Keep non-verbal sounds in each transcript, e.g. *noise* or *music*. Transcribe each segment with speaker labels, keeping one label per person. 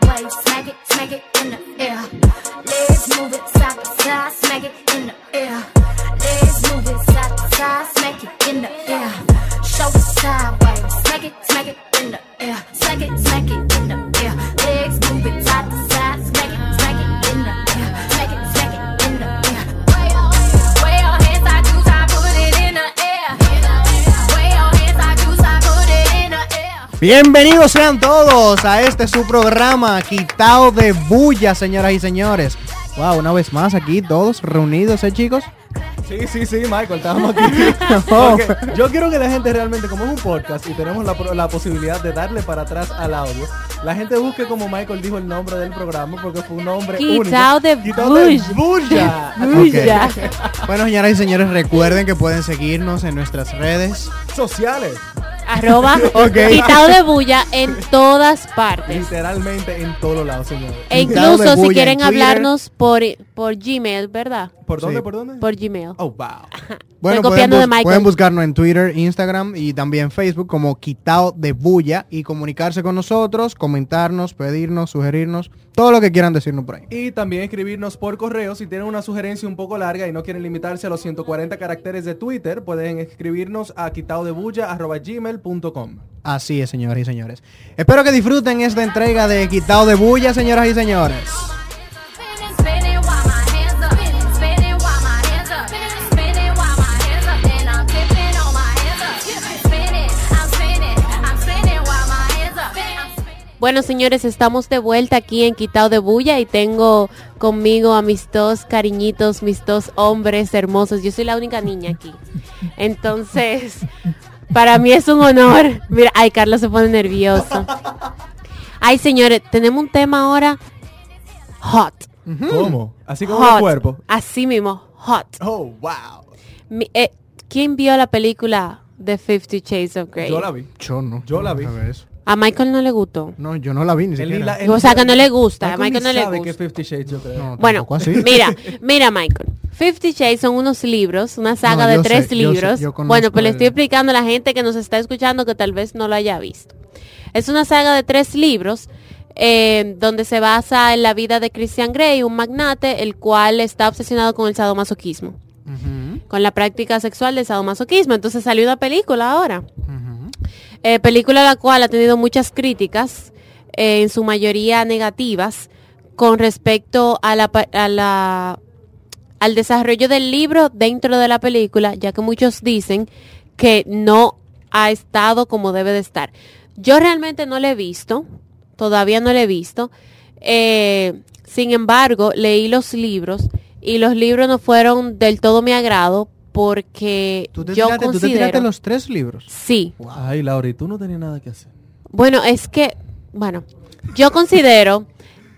Speaker 1: body, smack it, smack it in the air. Legs move it side to side, smack it in the air. Legs move it side to side, smack it in the air. Shoulders sideways, smack it, smack it in the air. Smack it, smack it in the air. Legs move it side to side, smack it, smack it in the air. Smack it, smack it in the air. Way your, way your hands like juice, I put it in the air. Way your hands like juice, I put it in the air.
Speaker 2: Bienvenidos sean todos a este su programa Quitao de Bulla, señoras y señores. Wow, una vez más aquí todos reunidos, ¿eh, chicos?
Speaker 3: Sí, sí, sí, Michael, estamos
Speaker 4: *laughs*
Speaker 3: aquí.
Speaker 2: Oh.
Speaker 3: Porque yo quiero que la gente realmente, como es un podcast y tenemos la, pro- la posibilidad de darle para atrás al audio, la gente busque como Michael dijo el nombre del programa porque fue un nombre
Speaker 4: Quitao
Speaker 3: único.
Speaker 4: de
Speaker 3: Quitao de
Speaker 4: Bulla. *laughs*
Speaker 3: bulla.
Speaker 4: Bulla.
Speaker 2: Bueno, señoras y señores, recuerden que pueden seguirnos en nuestras redes.
Speaker 3: *laughs* Sociales,
Speaker 4: Arroba
Speaker 2: *laughs* Ok.
Speaker 4: quitado de bulla en todas partes.
Speaker 3: literalmente en todos lados, señores.
Speaker 4: E
Speaker 2: Quitado de
Speaker 4: incluso si
Speaker 2: bulla en
Speaker 4: quieren
Speaker 2: Twitter.
Speaker 4: hablarnos por, por Gmail, ¿verdad?
Speaker 3: ¿Por dónde,
Speaker 2: Sí.
Speaker 3: por dónde?
Speaker 4: Por Gmail.
Speaker 3: Oh, wow.
Speaker 2: Bueno,
Speaker 4: Estoy
Speaker 2: pueden,
Speaker 4: copiando de
Speaker 2: bus-
Speaker 4: Michael.
Speaker 2: pueden buscarnos en Twitter, Instagram y también Facebook como Quitao de Bulla y comunicarse con nosotros, comentarnos, pedirnos, sugerirnos, todo lo que quieran decirnos por ahí.
Speaker 3: Y también escribirnos por correo si tienen una sugerencia un poco larga y no quieren limitarse a los 140 caracteres de Twitter, pueden escribirnos a quitaodebulla.gmail.com.
Speaker 2: Así es, señoras y señores. Espero que disfruten esta entrega de Quitao de Bulla, señoras y señores.
Speaker 1: Spinning, spinning while my hands up. Spinning, spinning while my hands up. Spinning, spinning while my hands up. Then I'm tipping on my hands up. Spinning, I'm spinning, I'm spinning while my hands up. I'm spinning.
Speaker 4: Bueno, señores, estamos de vuelta aquí en Quitado de Bulla y tengo conmigo a mis dos cariñitos, mis dos hombres hermosos. Yo soy la única niña aquí. Entonces, para mí es un honor. Mira, ay, Carlos se pone nervioso. Ay, señores, tenemos un tema ahora hot.
Speaker 3: ¿Cómo? Así como
Speaker 4: hot.
Speaker 3: el cuerpo.
Speaker 4: Así mismo, hot.
Speaker 3: Oh, wow.
Speaker 4: Mi- eh, ¿Quién vio la película The 50 Shades of Grey?
Speaker 3: Yo la vi.
Speaker 2: Yo no.
Speaker 3: Yo la vi.
Speaker 2: A ver eso.
Speaker 4: A Michael no le gustó.
Speaker 2: No, yo no la vi ni
Speaker 3: Él
Speaker 2: siquiera.
Speaker 3: ni la- él
Speaker 4: O
Speaker 3: ni
Speaker 4: sea,
Speaker 3: sabe-
Speaker 4: que no le gusta, a Michael
Speaker 3: ni
Speaker 4: no le
Speaker 3: sabe
Speaker 4: gusta.
Speaker 3: que es Fifty Shades, yo creo.
Speaker 2: No,
Speaker 4: Bueno,
Speaker 2: tampoco así.
Speaker 4: *laughs* mira,
Speaker 2: *laughs*
Speaker 4: mira, Michael. Fifty Shades son unos libros, una saga
Speaker 2: No, yo
Speaker 4: de tres
Speaker 2: sé, yo sé,
Speaker 4: libros.
Speaker 2: yo conozco
Speaker 4: bueno, pues le
Speaker 2: el-
Speaker 4: estoy explicando a la gente que nos está escuchando que tal vez no lo haya visto. Es una saga de tres libros eh, donde se basa en la vida de Christian Grey, un magnate, el cual está obsesionado con el sadomasoquismo,
Speaker 2: Ujú,
Speaker 4: con la práctica sexual del sadomasoquismo. Entonces salió una película ahora.
Speaker 2: ujú.
Speaker 4: Eh, película la cual ha tenido muchas críticas, eh, en su mayoría negativas, con respecto a la, pa- a la- al desarrollo del libro dentro de la película, ya que muchos dicen que no ha estado como debe de estar. Yo realmente no lo he visto, todavía no lo he visto. Eh, sin embargo, leí los libros y los libros no fueron del todo mi agrado porque
Speaker 2: ¿Tú, te
Speaker 4: yo
Speaker 2: tiraste, tú te
Speaker 4: considero-
Speaker 2: tiraste los tres libros.
Speaker 4: sí.
Speaker 3: Ay, Laura, y tú no tenías nada que hacer.
Speaker 4: Bueno, es que, bueno, yo considero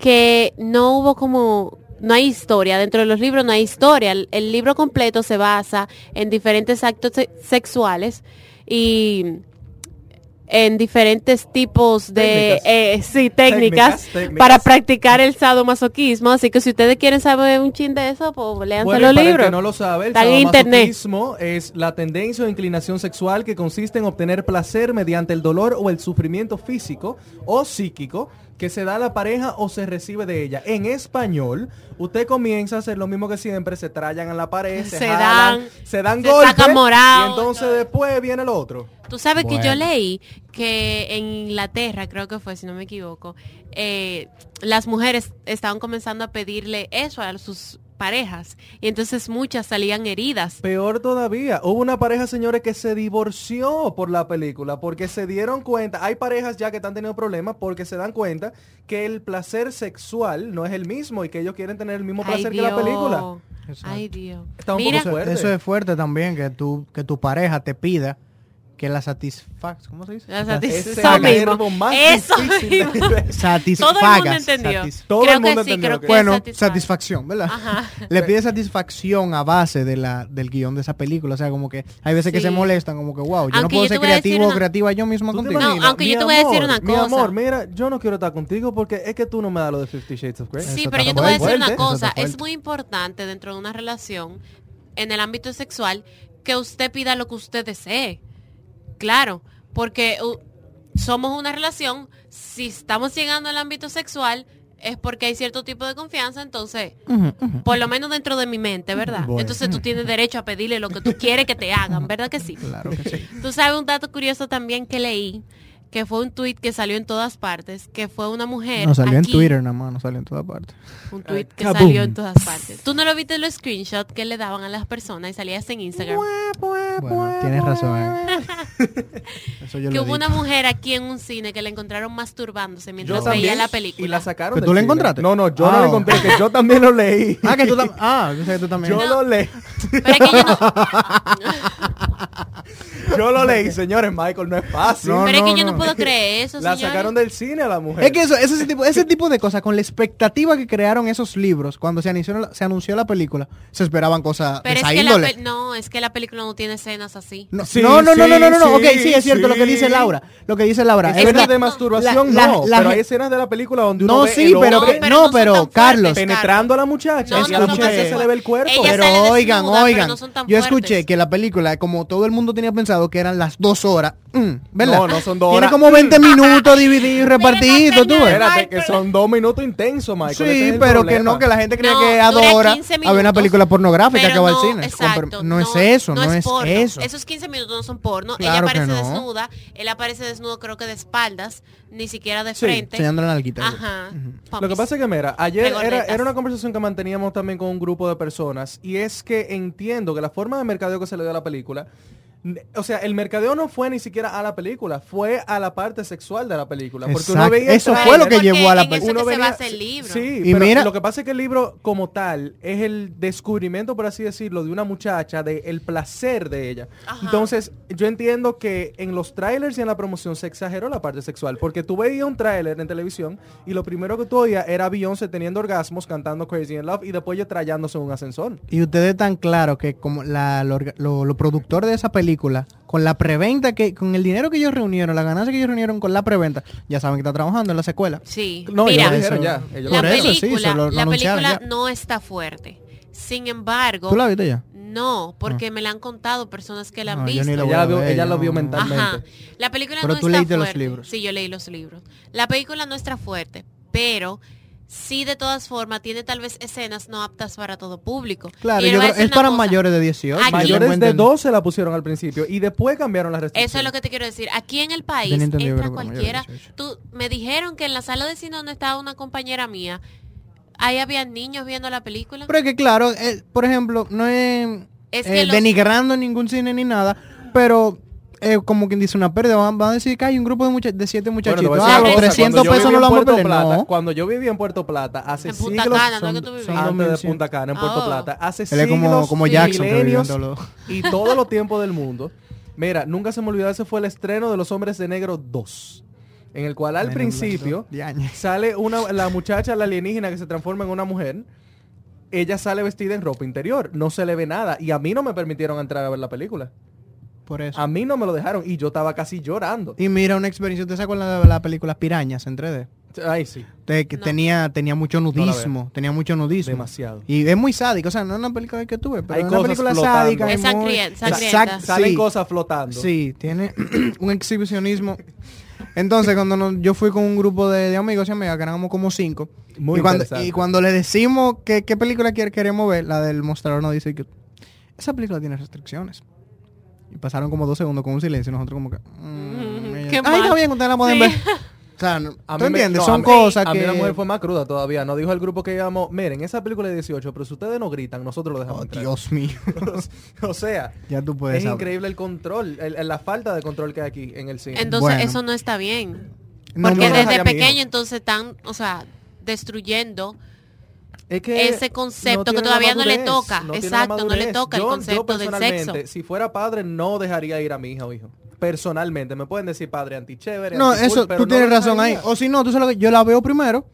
Speaker 4: que no hubo como, no hay historia, dentro de los libros no hay historia. El, el libro completo se basa en diferentes actos se- sexuales y en diferentes tipos de,
Speaker 3: Técnicas.
Speaker 4: eh, sí, técnicas,
Speaker 3: Técnicas, técnicas.
Speaker 4: para practicar el sadomasoquismo. Así que si ustedes quieren saber un chin de eso, pues leanse
Speaker 3: Bueno, y
Speaker 4: los
Speaker 3: para el
Speaker 4: libros.
Speaker 3: que no lo sabe, el
Speaker 4: Está en internet.
Speaker 3: sadomasoquismo es la tendencia o inclinación sexual que consiste en obtener placer mediante el dolor o el sufrimiento físico o psíquico que se da a la pareja o se recibe de ella. En español, usted comienza a hacer lo mismo que siempre, se trayan a la pared, se,
Speaker 4: Se
Speaker 3: jalan,
Speaker 4: dan,
Speaker 3: se dan
Speaker 4: se
Speaker 3: golpes,
Speaker 4: sacan morado,
Speaker 3: y entonces
Speaker 4: todo.
Speaker 3: después viene el otro.
Speaker 4: Tú sabes que yo
Speaker 2: Bueno.
Speaker 4: leí que en Inglaterra, creo que fue, si no me equivoco, eh, las mujeres estaban comenzando a pedirle eso a sus parejas. Y entonces muchas salían heridas.
Speaker 3: Peor todavía, hubo una pareja, señores, que se divorció por la película, porque se dieron cuenta, hay parejas ya que están teniendo problemas porque se dan cuenta que el placer sexual no es el mismo y que ellos quieren tener el mismo placer que la película.
Speaker 2: Exacto.
Speaker 4: Ay, Dios.
Speaker 3: Está un poco
Speaker 4: Mira,
Speaker 2: Eso-
Speaker 3: fuerte.
Speaker 2: Eso es fuerte también, que tu, que tu pareja te pida que la satisfaga. ¿Cómo se dice?
Speaker 4: la
Speaker 2: Satis-
Speaker 4: satis-
Speaker 3: Ese es
Speaker 4: eso
Speaker 3: el verbo
Speaker 4: mismo.
Speaker 3: más
Speaker 4: Eso
Speaker 3: difícil de- *laughs*
Speaker 4: mismo. *laughs* Todo el mundo
Speaker 2: Satisfagas.
Speaker 4: entendió.
Speaker 2: satis-
Speaker 3: Todo
Speaker 4: creo
Speaker 3: el mundo
Speaker 4: que sí,
Speaker 3: entendió
Speaker 4: creo
Speaker 3: que-
Speaker 4: que
Speaker 2: Bueno,
Speaker 4: satisfaga.
Speaker 2: satisfacción, ¿verdad?
Speaker 4: Ajá.
Speaker 2: Le pide satisfacción a base de la, del guión de esa película. O sea, como que hay veces que
Speaker 4: Sí.
Speaker 2: se molestan, como que, wow, yo no
Speaker 4: Aunque
Speaker 2: puedo
Speaker 4: yo te
Speaker 2: ser
Speaker 4: voy a decir
Speaker 2: creativo o
Speaker 4: una-
Speaker 2: creativa yo mismo
Speaker 3: ¿Tú te
Speaker 2: contigo.
Speaker 4: imaginas? No, aunque
Speaker 3: "Mi
Speaker 4: yo te voy a decir una
Speaker 3: mi
Speaker 4: cosa".
Speaker 3: amor, mira, yo no quiero estar contigo porque es que tú no me das lo de Fifty Shades of Grey.
Speaker 2: Eso
Speaker 4: Sí,
Speaker 2: está
Speaker 4: pero yo te voy a
Speaker 2: fuerte.
Speaker 4: decir una
Speaker 2: Fuerte. Eso
Speaker 4: cosa.
Speaker 2: está
Speaker 4: Es
Speaker 2: fuerte.
Speaker 4: muy importante dentro de una relación, en el ámbito sexual, que usted pida lo que usted desee. Claro, porque u- somos una relación, si estamos llegando al ámbito sexual, es porque hay cierto tipo de confianza, entonces, por lo menos dentro de mi mente, ¿verdad?
Speaker 2: Bueno.
Speaker 4: Entonces tú tienes derecho a pedirle lo que tú quieres que te hagan, ¿verdad que sí?
Speaker 2: *laughs* Claro que
Speaker 4: *laughs*
Speaker 2: sí.
Speaker 4: Tú sabes un dato curioso también que leí, que fue un tuit que salió en todas partes, que fue una mujer.
Speaker 2: No, salió en
Speaker 4: aquí,
Speaker 2: Twitter nada más, no salió en todas partes.
Speaker 4: Un tuit que
Speaker 2: Kaboom.
Speaker 4: salió en todas partes. Tú no lo viste los screenshots que le daban a las personas y salías en Instagram.
Speaker 2: Bueno, tienes razón. eh. Eso yo
Speaker 4: que
Speaker 2: lo
Speaker 4: hubo
Speaker 2: dije.
Speaker 4: una mujer aquí en un cine que la encontraron masturbándose mientras
Speaker 3: Yo
Speaker 4: veía
Speaker 3: también,
Speaker 4: la
Speaker 3: Y
Speaker 4: película.
Speaker 3: la sacaron.
Speaker 2: ¿Que
Speaker 3: del
Speaker 2: tú la
Speaker 3: cine.
Speaker 2: encontraste?
Speaker 3: No, no, yo
Speaker 2: Ah,
Speaker 3: no
Speaker 2: ok.
Speaker 3: la encontré, que yo también lo leí.
Speaker 2: *laughs* Ah, que tú también. Ah, yo sé que tú también.
Speaker 3: Yo lo leí.
Speaker 4: Pero es que
Speaker 2: *laughs*
Speaker 4: yo no,
Speaker 3: Yo lo leí, señores. Michael, no es fácil.
Speaker 2: No,
Speaker 4: pero es que yo no,
Speaker 2: no.
Speaker 4: puedo creer eso,
Speaker 3: la
Speaker 4: señores.
Speaker 3: sacaron del cine a la mujer.
Speaker 2: Es que eso, ese, tipo,
Speaker 3: *laughs*
Speaker 2: ese tipo de cosas, con la expectativa que crearon esos libros, cuando se anunció, la- se anunció la película, se esperaban cosas
Speaker 4: Pero
Speaker 2: de
Speaker 4: es
Speaker 2: esa
Speaker 4: que la
Speaker 2: índole.
Speaker 4: pel- no, es que la película no tiene escenas así.
Speaker 2: No,
Speaker 3: Sí,
Speaker 2: no, no, no,
Speaker 3: sí,
Speaker 2: no, no, no, no, ok,
Speaker 3: sí,
Speaker 2: sí, es cierto lo que dice
Speaker 3: sí.
Speaker 2: Laura, lo que dice Laura, es
Speaker 3: Escenas
Speaker 2: verdad.
Speaker 3: de masturbación
Speaker 2: La- la-
Speaker 3: no,
Speaker 2: la-
Speaker 3: pero hay escenas de la película donde uno
Speaker 2: No,
Speaker 3: ve
Speaker 2: sí,
Speaker 3: el
Speaker 2: pero,
Speaker 3: hombre
Speaker 4: pero no
Speaker 2: no,
Speaker 4: son tan
Speaker 2: pero
Speaker 4: fuertes.
Speaker 2: Carlos,
Speaker 4: Pe-
Speaker 3: penetrando a la muchacha
Speaker 4: No,
Speaker 3: y a la
Speaker 2: no son
Speaker 3: muchacha
Speaker 2: tan
Speaker 3: se le ve el cuerpo.
Speaker 4: Ella
Speaker 2: pero
Speaker 4: sale desnuda,
Speaker 2: oigan,
Speaker 4: pero
Speaker 2: oigan,
Speaker 4: no son tan
Speaker 2: yo escuché
Speaker 4: fuertes.
Speaker 2: que la película, como todo el mundo tenía pensado que eran las dos horas, mm, ¿verdad?
Speaker 3: No, no son dos
Speaker 2: Tiene
Speaker 3: horas.
Speaker 2: como
Speaker 4: *laughs*
Speaker 2: 20 minutos dividido y repartido, tú ves.
Speaker 3: Espérate, que son dos minutos intensos, Michael. ese es
Speaker 2: Sí,
Speaker 3: el
Speaker 2: pero que
Speaker 3: problema.
Speaker 2: no, que la gente cree
Speaker 4: No,
Speaker 2: que a dos
Speaker 4: dura
Speaker 2: horas
Speaker 4: 15
Speaker 2: a ver una
Speaker 4: minutos,
Speaker 2: película pornográfica
Speaker 4: Pero
Speaker 2: que va al
Speaker 4: no,
Speaker 2: cine. Es con per-
Speaker 4: exacto,
Speaker 2: no, es eso, no, es,
Speaker 4: porno.
Speaker 2: eso.
Speaker 4: Esos 15 minutos no son porno.
Speaker 2: Claro
Speaker 4: Ella aparece
Speaker 2: que no.
Speaker 4: desnuda. Él aparece desnudo, creo que de espaldas, ni siquiera de
Speaker 3: Sí,
Speaker 4: frente.
Speaker 2: Enseñando la nalguita.
Speaker 4: Ajá.
Speaker 3: Lo que pasa es que, mira, ayer era,
Speaker 4: Regordetas.
Speaker 3: era una conversación que manteníamos también con un grupo de personas y es que entiendo que la forma de mercadeo que se le dio a la película, n- o sea, el mercadeo no fue ni siquiera a la película, fue a la parte sexual de la película. Porque uno
Speaker 2: Exacto.
Speaker 3: veía el
Speaker 2: Eso fue
Speaker 3: tráiler,
Speaker 2: lo que llevó a la
Speaker 4: película.
Speaker 2: película.
Speaker 4: Eso
Speaker 3: Pues uno
Speaker 4: que se
Speaker 3: venía-
Speaker 4: basa el libro.
Speaker 3: Sí,
Speaker 2: Y
Speaker 3: pero
Speaker 2: mira-
Speaker 3: lo que pasa es que el libro como tal es el descubrimiento, por así decirlo, de una muchacha, del el placer de ella.
Speaker 4: Ajá.
Speaker 3: Entonces, yo entiendo que en los trailers y en la promoción se exageró la parte sexual, porque tú veías un tráiler en televisión y lo primero que tú oías era Beyoncé teniendo orgasmos, cantando Crazy in Love y después ella trayándose en un ascensor.
Speaker 2: Y ustedes tan claro que como la, lo, orga- lo- lo productor de esa película, con la preventa que, con el dinero que ellos reunieron, la ganancia que ellos reunieron con la preventa, ya saben que está trabajando en la secuela.
Speaker 4: Sí.
Speaker 3: No,
Speaker 4: Mira,
Speaker 3: ya lo dijeron ya. Ellos
Speaker 4: la
Speaker 2: Por eso, sí,
Speaker 4: película,
Speaker 2: se lo
Speaker 4: la
Speaker 2: anunciaron
Speaker 4: película
Speaker 2: ya.
Speaker 4: no está fuerte. Sin embargo,
Speaker 2: ¿Tú la viste ya?
Speaker 4: no, porque me la han contado personas que la han
Speaker 2: Ah. No, yo
Speaker 4: visto.
Speaker 2: ni lo
Speaker 3: Ella
Speaker 2: voy
Speaker 3: la
Speaker 2: a
Speaker 3: vio-
Speaker 2: ver,
Speaker 3: ella
Speaker 2: yo
Speaker 3: la
Speaker 2: no- Ah,
Speaker 3: vio mental.
Speaker 4: Ajá.
Speaker 3: Totalmente.
Speaker 4: La película
Speaker 2: Pero
Speaker 4: no
Speaker 2: tú
Speaker 4: está
Speaker 2: leíste los
Speaker 4: fuerte.
Speaker 2: libros.
Speaker 4: Sí, yo leí los libros. La película no está fuerte, pero sí de todas formas tiene tal vez escenas no aptas para todo público.
Speaker 2: Claro,
Speaker 4: Y le
Speaker 2: yo
Speaker 4: voy a
Speaker 2: creo-
Speaker 4: decir
Speaker 2: es
Speaker 4: una
Speaker 2: para
Speaker 4: cosa.
Speaker 2: mayores de 18.
Speaker 4: Aquí-
Speaker 2: yo
Speaker 3: Mayores
Speaker 2: encuentro
Speaker 3: de
Speaker 2: en-
Speaker 3: 12 la pusieron al principio y después cambiaron las restricciones.
Speaker 4: Eso es lo que te quiero decir. Aquí en el país
Speaker 2: Yo no entendí,
Speaker 4: entra
Speaker 2: pero bueno, ya lo he
Speaker 4: cualquiera.
Speaker 2: dicho,
Speaker 4: Tú me dijeron que en la sala de cine donde estaba una compañera mía, ahí había niños viendo la película.
Speaker 2: Pero es que claro, eh, por ejemplo, no es,
Speaker 4: Es que
Speaker 2: eh,
Speaker 4: los-
Speaker 2: denigrando ningún cine ni nada, pero eh, como quien dice una pérdida, van, van a decir que hay un grupo de, mucha- de siete
Speaker 3: Bueno, te
Speaker 2: muchachitos.
Speaker 3: voy a
Speaker 2: ah,
Speaker 3: decir
Speaker 2: los
Speaker 3: una cosa,
Speaker 2: 300
Speaker 3: cuando yo
Speaker 2: pesos
Speaker 3: viví
Speaker 2: no
Speaker 3: en
Speaker 2: lo vamos a
Speaker 3: Puerto
Speaker 2: perder.
Speaker 3: Plata,
Speaker 2: No.
Speaker 3: Cuando yo vivía en Puerto Plata, hace
Speaker 4: En Punta
Speaker 3: siglos...
Speaker 4: Cana, Ah, ¿no es que tú vivías?
Speaker 3: antes de
Speaker 2: 2100.
Speaker 3: Punta Cana, en Puerto
Speaker 4: Ah.
Speaker 3: Plata. Hace
Speaker 2: Él es como-
Speaker 3: siglos,
Speaker 2: como Jackson, que vivió en
Speaker 3: milenios
Speaker 2: Dolor.
Speaker 3: y todos los tiempos del mundo. Mira, nunca se me olvidó, ese fue el estreno de Los Hombres de Negro 2, en el cual al
Speaker 2: Men in
Speaker 3: principio
Speaker 2: Black, de años.
Speaker 3: sale una, la muchacha, la alienígena que se transforma en una mujer. Ella sale vestida en ropa interior, no se le ve nada. Y a mí no me permitieron entrar a ver la película.
Speaker 2: Por eso.
Speaker 3: A mí no me lo dejaron y yo estaba casi llorando.
Speaker 2: Y mira, una experiencia, ¿te sacó la, la película Pirañas en 3D?
Speaker 3: Ay, sí.
Speaker 2: Te- que
Speaker 4: No.
Speaker 2: tenía, tenía mucho
Speaker 3: veo.
Speaker 2: nudismo, tenía mucho nudismo.
Speaker 3: Demasiado.
Speaker 2: Y es muy sádica, o sea, no es una película que tuve, pero
Speaker 3: Hay
Speaker 2: es una
Speaker 3: cosas
Speaker 2: película
Speaker 3: flotando.
Speaker 2: sádica. y
Speaker 4: Es
Speaker 2: muy-
Speaker 4: sangrien- sangrienta.
Speaker 2: Exact-
Speaker 3: Salen
Speaker 2: sí.
Speaker 3: cosas flotando.
Speaker 2: Sí, tiene *clears throat* un exhibicionismo. Entonces, cuando nos- yo fui con un grupo de, de amigos y amigas, que éramos como cinco,
Speaker 3: Muy
Speaker 2: y, cuando,
Speaker 3: interesante.
Speaker 2: y cuando le decimos que- qué película quiere- queremos ver, la del mostrador nos dice que esa película tiene restricciones. Y pasaron como dos segundos con un silencio y nosotros como que... mm,
Speaker 4: Mm,
Speaker 2: ella-
Speaker 4: qué
Speaker 2: Ay, está
Speaker 4: mal".
Speaker 2: bien, ustedes la pueden
Speaker 4: Sí. *laughs*
Speaker 2: ver. O sea, no-
Speaker 3: A
Speaker 2: ¿tú
Speaker 3: mí me-
Speaker 2: entiendes?
Speaker 3: no,
Speaker 2: Son
Speaker 3: a mí-
Speaker 2: cosas
Speaker 3: a mí
Speaker 2: que...
Speaker 3: la mujer fue más cruda todavía. No dijo el grupo que íbamos, miren, esa película es 18, pero si ustedes no gritan, nosotros lo dejamos
Speaker 2: Oh,
Speaker 3: entrar".
Speaker 2: Dios mío.
Speaker 3: *laughs*
Speaker 2: *laughs*
Speaker 3: o sea,
Speaker 2: ya tú puedes
Speaker 3: es
Speaker 2: saber.
Speaker 3: increíble el control, el- el- la falta de control que hay aquí en el cine.
Speaker 4: Entonces
Speaker 2: Bueno.
Speaker 4: eso no está bien.
Speaker 2: No,
Speaker 4: porque
Speaker 2: no,
Speaker 3: deja-
Speaker 4: desde
Speaker 3: dejaría a mi hijo.
Speaker 4: pequeño entonces están, o sea, destruyendo
Speaker 3: Es que
Speaker 4: ese concepto que
Speaker 3: tiene la
Speaker 4: todavía no le
Speaker 3: madurez,
Speaker 4: toca.
Speaker 3: tiene la
Speaker 4: Exacto, no le
Speaker 3: madurez.
Speaker 4: toca el
Speaker 3: Yo- yo
Speaker 4: concepto del
Speaker 3: personalmente,
Speaker 4: sexo.
Speaker 3: Si fuera padre, no dejaría ir a mi hija o hijo. Personalmente, me pueden decir padre antichévere.
Speaker 2: No,
Speaker 3: anticool,
Speaker 2: eso,
Speaker 3: pero
Speaker 2: tú
Speaker 3: no
Speaker 2: tienes
Speaker 3: lo
Speaker 2: razón ahí. Oh,
Speaker 3: dejaría.
Speaker 2: O si no, tú sabes que yo la veo primero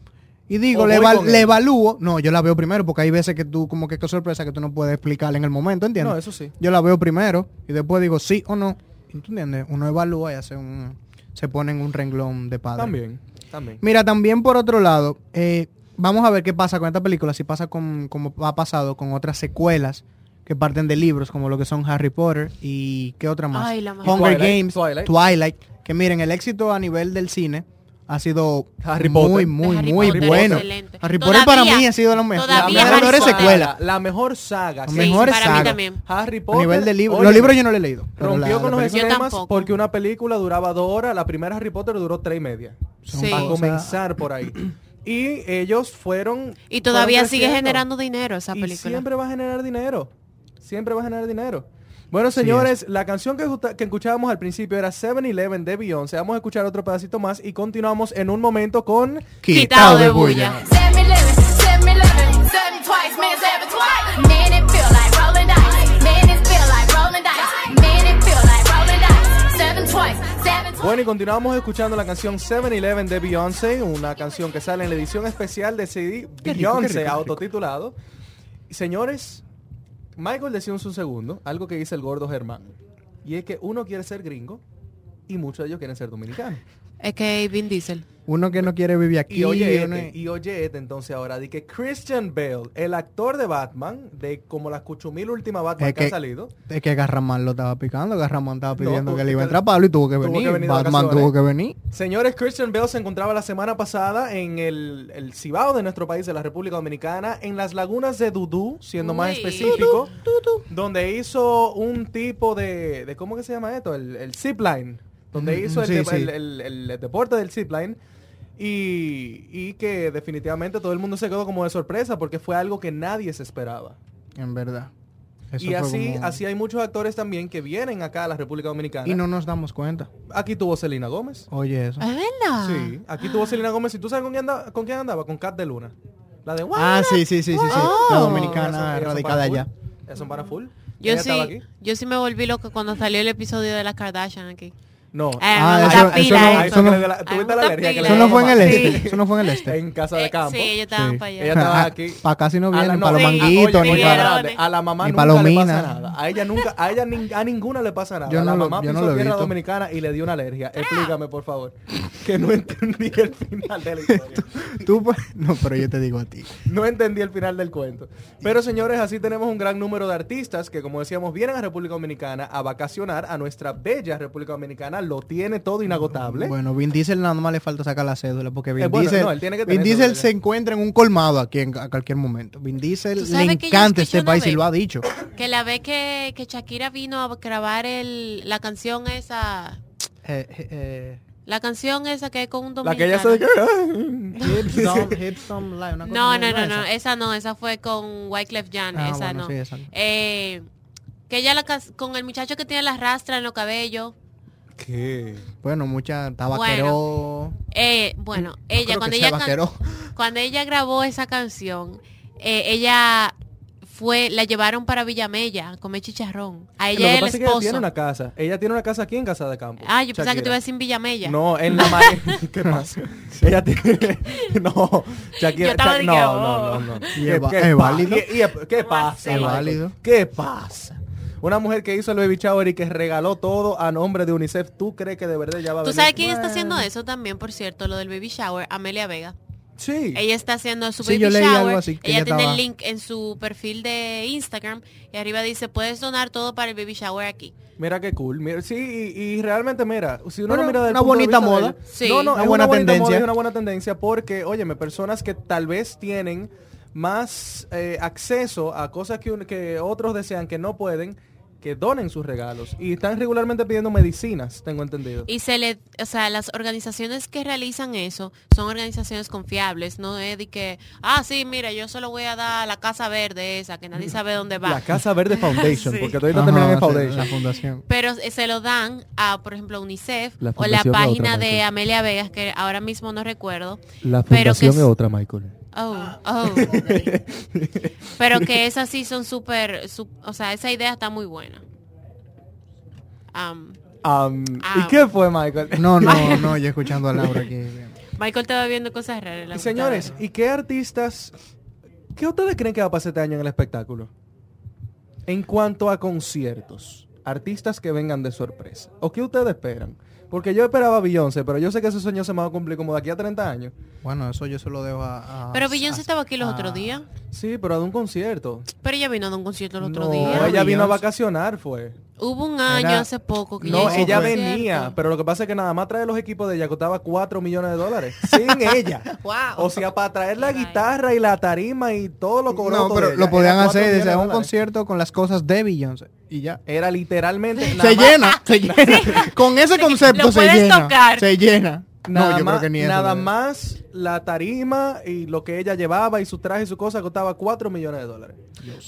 Speaker 2: y digo,
Speaker 3: O
Speaker 2: le,
Speaker 3: voy
Speaker 2: eval-
Speaker 3: con él.
Speaker 2: le evalúo. No, yo la veo primero porque hay veces que tú, como que qué sorpresa que tú no puedes explicarle en el momento, ¿entiendes?
Speaker 3: No, eso sí.
Speaker 2: Yo la veo primero y después digo sí o no. ¿Tú entiendes? Uno evalúa y hace un. Se pone en un renglón de padre.
Speaker 3: También, también.
Speaker 2: Mira, también por otro lado, eh, vamos a ver qué pasa con esta película, si pasa con, como ha pasado con otras secuelas que parten de libros, como lo que son Harry Potter y qué otra más.
Speaker 4: Ay, la madre.
Speaker 2: Hunger
Speaker 3: Twilight,
Speaker 2: Games,
Speaker 3: Twilight.
Speaker 2: Twilight. que miren, el éxito a nivel del cine ha sido
Speaker 3: Harry
Speaker 2: muy,
Speaker 3: Potter.
Speaker 2: muy,
Speaker 4: Harry
Speaker 2: muy
Speaker 4: Potter,
Speaker 2: bueno.
Speaker 4: excelente.
Speaker 2: Harry Potter para
Speaker 4: Todavía-
Speaker 2: mí ha sido lo mejor. una
Speaker 4: todavía
Speaker 2: de las
Speaker 4: Harry
Speaker 2: mejores
Speaker 4: Potter.
Speaker 2: secuelas.
Speaker 3: La mejor saga.
Speaker 2: Sí,
Speaker 3: sí.
Speaker 2: mejor
Speaker 4: para
Speaker 2: saga.
Speaker 4: mí también.
Speaker 3: Harry
Speaker 2: A
Speaker 3: Potter.
Speaker 2: nivel de libros.
Speaker 3: oye,
Speaker 2: Los libros yo no los he leído. pero la-
Speaker 3: Rompió
Speaker 2: la
Speaker 3: con los
Speaker 2: película-
Speaker 4: Yo
Speaker 3: esquemas
Speaker 4: tampoco.
Speaker 3: porque una película duraba dos horas, la primera Harry Potter duró tres y media.
Speaker 2: son
Speaker 4: Sí.
Speaker 3: Para
Speaker 2: cosas-
Speaker 3: comenzar por
Speaker 2: *clears throat*
Speaker 3: ahí. Y ellos fueron...
Speaker 4: Y todavía
Speaker 3: fueron
Speaker 4: sigue
Speaker 3: creciendo.
Speaker 4: generando dinero esa
Speaker 3: y
Speaker 4: película.
Speaker 3: siempre va a generar dinero. Siempre va a generar dinero. Bueno, señores, la canción que, escuta- que escuchábamos al principio era 7-Eleven de Beyoncé. Vamos a escuchar otro pedacito más y continuamos en un momento con...
Speaker 4: Quitado de bulla.
Speaker 1: Send me living, send me living, send me twice, man, seven twice. Man, it feel like rolling dice. Man, it feel like rolling dice. Man, it feel like rolling dice. Seven twice, seven twice.
Speaker 3: Bueno, y continuamos escuchando la canción 7-Eleven de Beyoncé, una canción que sale en la edición especial de CD
Speaker 2: Qué rico, qué rico, qué
Speaker 3: Beyoncé,
Speaker 2: rico.
Speaker 3: autotitulado. Y, Señores, Michael decía un segundo, algo que dice el gordo Germán, y es que uno quiere ser gringo y muchos de ellos quieren ser dominicanos.
Speaker 4: Es que Vin Diesel.
Speaker 2: Uno que no quiere vivir aquí.
Speaker 3: Y oye,
Speaker 2: uno-
Speaker 3: este, y oye este entonces ahora, de que Christian Bale, el actor de Batman, de como las cuchumil últimas Batman
Speaker 2: Es
Speaker 3: que, han
Speaker 2: que-
Speaker 3: salido,
Speaker 2: Es que Garramán lo estaba picando, Garramán estaba
Speaker 3: No,
Speaker 2: pidiendo
Speaker 3: tuvo
Speaker 2: que le iba a
Speaker 3: que-
Speaker 2: entrar Pablo y tuvo que
Speaker 3: tuvo que
Speaker 2: venir.
Speaker 3: venir de
Speaker 2: Batman
Speaker 3: vacaciones.
Speaker 2: tuvo que venir.
Speaker 3: Señores, Christian Bale se encontraba la semana pasada en el, el Cibao de nuestro país, de la República Dominicana, en las lagunas de Dudú, siendo más
Speaker 4: Uy.
Speaker 3: específico, donde hizo un tipo de, de ¿cómo que se llama esto? El, el zipline, donde
Speaker 2: Ujú,
Speaker 3: hizo el,
Speaker 2: Mm, sí,
Speaker 3: de-
Speaker 2: sí.
Speaker 3: el- el- el deporte del zipline. Y, y que definitivamente todo el mundo se quedó como de sorpresa porque fue algo que nadie se esperaba.
Speaker 2: En verdad. Eso
Speaker 3: y
Speaker 2: fue
Speaker 3: así,
Speaker 2: como-
Speaker 3: así hay muchos actores también que vienen acá a la República Dominicana.
Speaker 2: Y no nos damos cuenta.
Speaker 3: Aquí tuvo Selena Gómez.
Speaker 2: Oye, eso.
Speaker 4: ¿Es verdad?
Speaker 3: Sí,
Speaker 2: Ah.
Speaker 3: aquí tuvo Selena Gómez. ¿Y tú sabes con quién andaba? ¿Con quién andaba? Con Kat de Luna. La de
Speaker 2: Ah, sí, sí, sí, sí, sí. La
Speaker 4: Oh.
Speaker 2: dominicana radicada allá.
Speaker 3: ¿Es un para full?
Speaker 4: Yo
Speaker 3: ¿Ella estaba
Speaker 4: sí, yo sí me volví loca cuando salió el episodio de las Kardashian aquí.
Speaker 3: No.
Speaker 4: Eh,
Speaker 2: Ah,
Speaker 4: me
Speaker 2: eso-
Speaker 4: gusta
Speaker 2: eso
Speaker 4: pila
Speaker 2: no-
Speaker 3: Ah,
Speaker 4: eso.
Speaker 3: eso que le dio
Speaker 4: Eh,
Speaker 3: la-
Speaker 4: me
Speaker 3: tuviste
Speaker 4: gusta
Speaker 3: la alergia que
Speaker 4: pila
Speaker 3: le
Speaker 2: Eso
Speaker 3: dio
Speaker 2: no
Speaker 4: eso.
Speaker 2: fue en el
Speaker 4: Sí.
Speaker 2: este. Eso no fue en el este.
Speaker 3: *laughs* En casa de
Speaker 4: Eh,
Speaker 3: campo.
Speaker 4: Sí, ellos estaban
Speaker 2: Sí.
Speaker 4: para allá.
Speaker 3: Ella estaba
Speaker 2: Ah,
Speaker 3: aquí.
Speaker 2: pa' casi no
Speaker 3: A la
Speaker 2: vienen,
Speaker 3: no-
Speaker 2: para los
Speaker 4: Sí,
Speaker 2: manguitos,
Speaker 4: oye,
Speaker 2: ni
Speaker 3: para
Speaker 2: para...
Speaker 4: vieron.
Speaker 3: grande. A la mamá
Speaker 2: Ni
Speaker 3: nunca
Speaker 2: palomina.
Speaker 3: le pasa nada. A ella nunca, a ella nin- a ninguna le pasa nada.
Speaker 2: Yo
Speaker 3: la
Speaker 2: no lo-
Speaker 3: mamá
Speaker 2: yo no
Speaker 3: pisó
Speaker 2: lo he
Speaker 3: tierra
Speaker 2: visto.
Speaker 3: dominicana y le dio una alergia. Explícame, por favor. Que no *laughs* entendí el final de la historia.
Speaker 2: Tú, pues, no, pero yo te digo a ti.
Speaker 3: No entendí el final del cuento. Pero señores, así tenemos un gran número de artistas que, como decíamos, vienen a República Dominicana a vacacionar a nuestra bella República Dominicana. Lo tiene todo inagotable.
Speaker 2: Bueno, Vin Diesel nada más le falta sacar la cédula porque Vin
Speaker 3: Eh, bueno,
Speaker 2: Diesel,
Speaker 3: no, él tiene que
Speaker 2: Vin
Speaker 3: tener
Speaker 2: Diesel
Speaker 3: cédula.
Speaker 2: se encuentra en un colmado aquí en, a cualquier momento. Vin
Speaker 4: Tú
Speaker 2: Diesel le
Speaker 4: sabes que yo
Speaker 2: encanta este
Speaker 4: escuché una
Speaker 2: país y
Speaker 4: vez.
Speaker 2: lo ha dicho.
Speaker 4: Que la vez que, que Shakira vino a grabar el, la canción esa,
Speaker 2: Eh, eh, eh,
Speaker 4: la canción esa que es con un
Speaker 3: La
Speaker 4: dominicano.
Speaker 3: que ella se de que-
Speaker 2: hips
Speaker 4: *laughs*
Speaker 2: don't- hips don't lie, una cosa
Speaker 4: No,
Speaker 2: así,
Speaker 4: no, no,
Speaker 2: ¿verdad?
Speaker 4: no,
Speaker 2: Esa.
Speaker 4: esa no, esa fue con Wyclef Jean,
Speaker 2: Ah,
Speaker 4: esa
Speaker 2: bueno,
Speaker 4: no.
Speaker 2: sí, esa no.
Speaker 4: Eh, que ella la cas- con el muchacho que tiene la rastra en los cabellos.
Speaker 3: ¿Qué?
Speaker 2: Bueno, mucha tabaquero.
Speaker 4: Eh, bueno,
Speaker 2: creo que
Speaker 4: ella cuando
Speaker 2: sea
Speaker 4: ella can-
Speaker 2: vaquero.
Speaker 4: cuando ella grabó esa canción, eh, ella fue la llevaron para Villamella a comer chicharrón. A
Speaker 3: Lo
Speaker 4: ella
Speaker 3: que
Speaker 4: y el
Speaker 3: pasa es que ella
Speaker 4: esposo.
Speaker 3: tiene una casa. Ella tiene una casa aquí en Casa de Campo.
Speaker 4: Ah, yo pensaba que te
Speaker 3: Shakira.
Speaker 4: ibas a decir Villamella.
Speaker 3: No, en la
Speaker 4: *laughs*
Speaker 3: mare... *laughs* ¿Qué pasa? Ella tiene... *laughs* No,
Speaker 4: Yo
Speaker 3: Shakira...
Speaker 4: estaba
Speaker 3: Shak-
Speaker 4: de que,
Speaker 3: No, no,
Speaker 4: oh.
Speaker 3: no, no.
Speaker 2: Y es va-
Speaker 3: ¿Qué
Speaker 2: es
Speaker 3: pa-
Speaker 2: válido.
Speaker 3: y- y es- ¿Qué pasa?
Speaker 2: Es
Speaker 3: Michael?
Speaker 2: válido.
Speaker 3: ¿Qué pasa? Una mujer que hizo el baby shower y que regaló todo a nombre de UNICEF, ¿tú crees que de verdad ya va a
Speaker 4: ¿Tú
Speaker 3: venir?
Speaker 4: sabes quién está
Speaker 3: Bueno.
Speaker 4: haciendo eso también, por cierto? Lo del baby shower, Amelia Vega.
Speaker 3: Sí.
Speaker 4: Ella está haciendo su
Speaker 2: Sí,
Speaker 4: baby
Speaker 2: yo leí
Speaker 4: shower.
Speaker 2: algo así, que
Speaker 4: ella
Speaker 2: ella
Speaker 4: tiene
Speaker 2: estaba-
Speaker 4: el link en su perfil de Instagram y arriba dice, puedes donar todo para el baby shower aquí.
Speaker 3: Mira qué cool. Mira, sí, y, y realmente, mira, si uno
Speaker 2: Pero
Speaker 3: lo mira del
Speaker 2: una
Speaker 3: punto de
Speaker 2: bonita
Speaker 3: vista de
Speaker 2: moda.
Speaker 3: ella-
Speaker 4: Sí.
Speaker 3: No, no,
Speaker 2: Una
Speaker 3: es
Speaker 2: buena
Speaker 3: una bonita
Speaker 2: tendencia.
Speaker 3: moda y una buena tendencia porque, óyeme, personas que tal vez tienen más eh, acceso a cosas que, un- que otros desean que no pueden, que donen sus regalos. Y están regularmente pidiendo medicinas, tengo entendido.
Speaker 4: Y se le, o sea, las organizaciones que realizan eso son organizaciones confiables, no es de que, ah, sí, mira, yo solo voy a dar a la casa verde esa, que nadie sabe dónde va.
Speaker 3: Mm, La Casa Verde Foundation,
Speaker 4: *laughs* Sí.
Speaker 3: porque todavía
Speaker 2: Ajá,
Speaker 3: terminan
Speaker 2: sí,
Speaker 3: en
Speaker 2: la
Speaker 3: Foundation.
Speaker 2: fundación.
Speaker 4: pero eh, se lo dan a, por ejemplo, UNICEF
Speaker 3: La
Speaker 4: o
Speaker 3: fundación es
Speaker 4: la
Speaker 3: otra,
Speaker 4: página de
Speaker 3: Michael.
Speaker 4: Amelia Vegas, que ahora mismo no recuerdo.
Speaker 3: La
Speaker 4: Pero que fundación es- es
Speaker 3: otra, Michael. Ah,
Speaker 4: Oh, oh.
Speaker 3: *laughs*
Speaker 4: pero que esas sí son súper, su- o sea, esa idea está muy buena. Am, Ah.
Speaker 3: ¿Y qué fue, Michael?
Speaker 2: No, no, no, yo escuchando a Laura aquí.
Speaker 4: Michael te va viendo cosas raras. en la
Speaker 3: Y señores,
Speaker 4: computadora.
Speaker 3: ¿y qué artistas, qué ustedes creen que va a pasar este año en el espectáculo? En cuanto a conciertos, artistas que vengan de sorpresa, ¿o qué ustedes esperan? Porque yo esperaba a Beyoncé, pero yo sé que ese sueño se me va a cumplir como de aquí a 30 años.
Speaker 2: Bueno, eso yo se lo dejo a. a-
Speaker 4: Pero
Speaker 2: a-
Speaker 3: Ah,
Speaker 4: Beyoncé estaba aquí los
Speaker 2: a-
Speaker 4: otros días.
Speaker 3: Sí, pero de un concierto.
Speaker 4: Pero ella vino de un concierto el otro
Speaker 2: No,
Speaker 4: día.
Speaker 3: ella vino a
Speaker 2: Beyoncé.
Speaker 3: vacacionar, fue.
Speaker 4: Hubo un año
Speaker 2: Era-
Speaker 4: hace poco que
Speaker 3: No,
Speaker 4: ya hizo
Speaker 3: ella
Speaker 4: un
Speaker 3: venía,
Speaker 4: concierto.
Speaker 3: pero lo que pasa es que nada más traer los equipos de ella costaba 4 millones de dólares. *laughs* sin ella.
Speaker 4: Wow.
Speaker 3: O sea, para traer la
Speaker 4: Right.
Speaker 3: guitarra y la tarima y todo lo cobró.
Speaker 2: No, pero lo podían hacer desde un concierto con las cosas de Beyoncé y ya.
Speaker 3: Era literalmente.
Speaker 2: se
Speaker 3: nada más-
Speaker 2: llena, se llena. Con ese
Speaker 4: Ah, Sí,
Speaker 2: concepto
Speaker 4: lo
Speaker 2: se
Speaker 4: puedes
Speaker 2: llena.
Speaker 4: tocar.
Speaker 2: Se llena.
Speaker 3: Nada,
Speaker 2: no, yo
Speaker 3: más,
Speaker 2: creo que ni eso,
Speaker 3: nada
Speaker 2: ¿no?
Speaker 3: más la tarima y lo que ella llevaba y su traje y su cosa costaba 4 millones de dólares.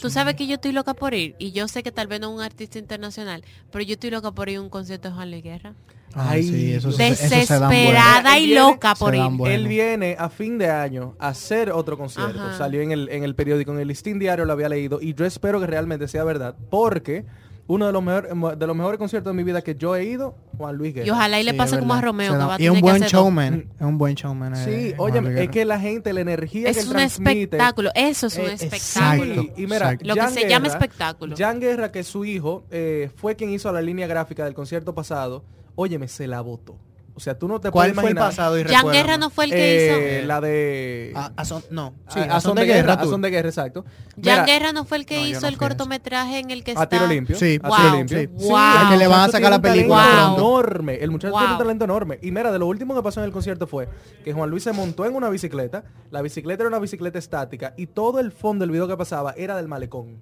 Speaker 4: Tú sabes que yo estoy loca por ir y yo sé que tal vez no es un artista internacional, pero yo estoy loca por ir a un concierto de Juan Luis Guerra.
Speaker 2: Ay, sí, eso, se- eso se dan
Speaker 4: Desesperada
Speaker 3: bueno.
Speaker 4: y
Speaker 3: Viene-
Speaker 4: loca por
Speaker 2: se
Speaker 4: ir.
Speaker 2: dan bueno.
Speaker 3: Él viene a fin de año a hacer otro concierto.
Speaker 4: Ajá.
Speaker 3: Salió en el, en el periódico, en el listín diario lo había leído y yo espero que realmente sea verdad porque uno de los, mejor- de los mejores conciertos de mi vida que yo he ido, Juan Luis Guerra.
Speaker 4: Y ojalá y le
Speaker 2: Sí,
Speaker 4: pase
Speaker 2: es
Speaker 4: como a
Speaker 2: verdad.
Speaker 4: Romeo,
Speaker 2: Se
Speaker 4: que
Speaker 2: dan- Y
Speaker 4: va a
Speaker 2: es
Speaker 4: tener
Speaker 2: un
Speaker 4: que
Speaker 2: buen
Speaker 4: hacer dos.
Speaker 2: showman. Es un buen showman. eh,
Speaker 3: Sí,
Speaker 2: Juan
Speaker 3: oye,
Speaker 2: Luis
Speaker 3: es
Speaker 2: Guerra.
Speaker 3: que la gente, la energía que
Speaker 4: Es
Speaker 3: él
Speaker 4: un
Speaker 3: transmite-
Speaker 4: espectáculo, eso es un
Speaker 2: Eh, exacto.
Speaker 4: espectáculo.
Speaker 3: Y, y mira,
Speaker 2: Exacto.
Speaker 4: Lo que
Speaker 3: Jan
Speaker 4: se llama
Speaker 3: Guerra-
Speaker 4: espectáculo.
Speaker 3: Jan Guerra, que es su hijo, eh, fue quien hizo la línea gráfica del concierto pasado. Óyeme, se la votó. O sea, tú no te
Speaker 5: ¿Cuál
Speaker 3: puedes
Speaker 5: fue el
Speaker 3: imaginar.
Speaker 5: pasado? y
Speaker 4: Jan
Speaker 5: recuérdame?
Speaker 4: Guerra no fue el que
Speaker 3: Eh, La de...
Speaker 2: Ah,
Speaker 5: A- a son- no, sí,
Speaker 3: a,
Speaker 5: a son de guerra.
Speaker 3: a
Speaker 5: tú.
Speaker 3: son de guerra, exacto.
Speaker 4: hizo.
Speaker 3: Mira,
Speaker 4: Jan Guerra no fue el que
Speaker 2: No, yo
Speaker 4: hizo
Speaker 2: no
Speaker 4: el
Speaker 2: fui a eso.
Speaker 4: cortometraje en el que está.
Speaker 3: A tiro limpio.
Speaker 2: Sí,
Speaker 3: a
Speaker 4: Wow.
Speaker 3: tiro limpio.
Speaker 2: Sí,
Speaker 4: Wow.
Speaker 2: al que le van a
Speaker 3: muchacho
Speaker 2: sacar la
Speaker 3: tiene un
Speaker 2: película.
Speaker 3: talento
Speaker 4: Wow.
Speaker 2: pronto.
Speaker 3: enorme. El muchacho tiene
Speaker 4: Wow.
Speaker 3: un talento enorme. Y mira, de lo último que pasó en el concierto fue que Juan Luis se montó en una bicicleta. La bicicleta era una bicicleta estática y todo el fondo del video que pasaba era del malecón.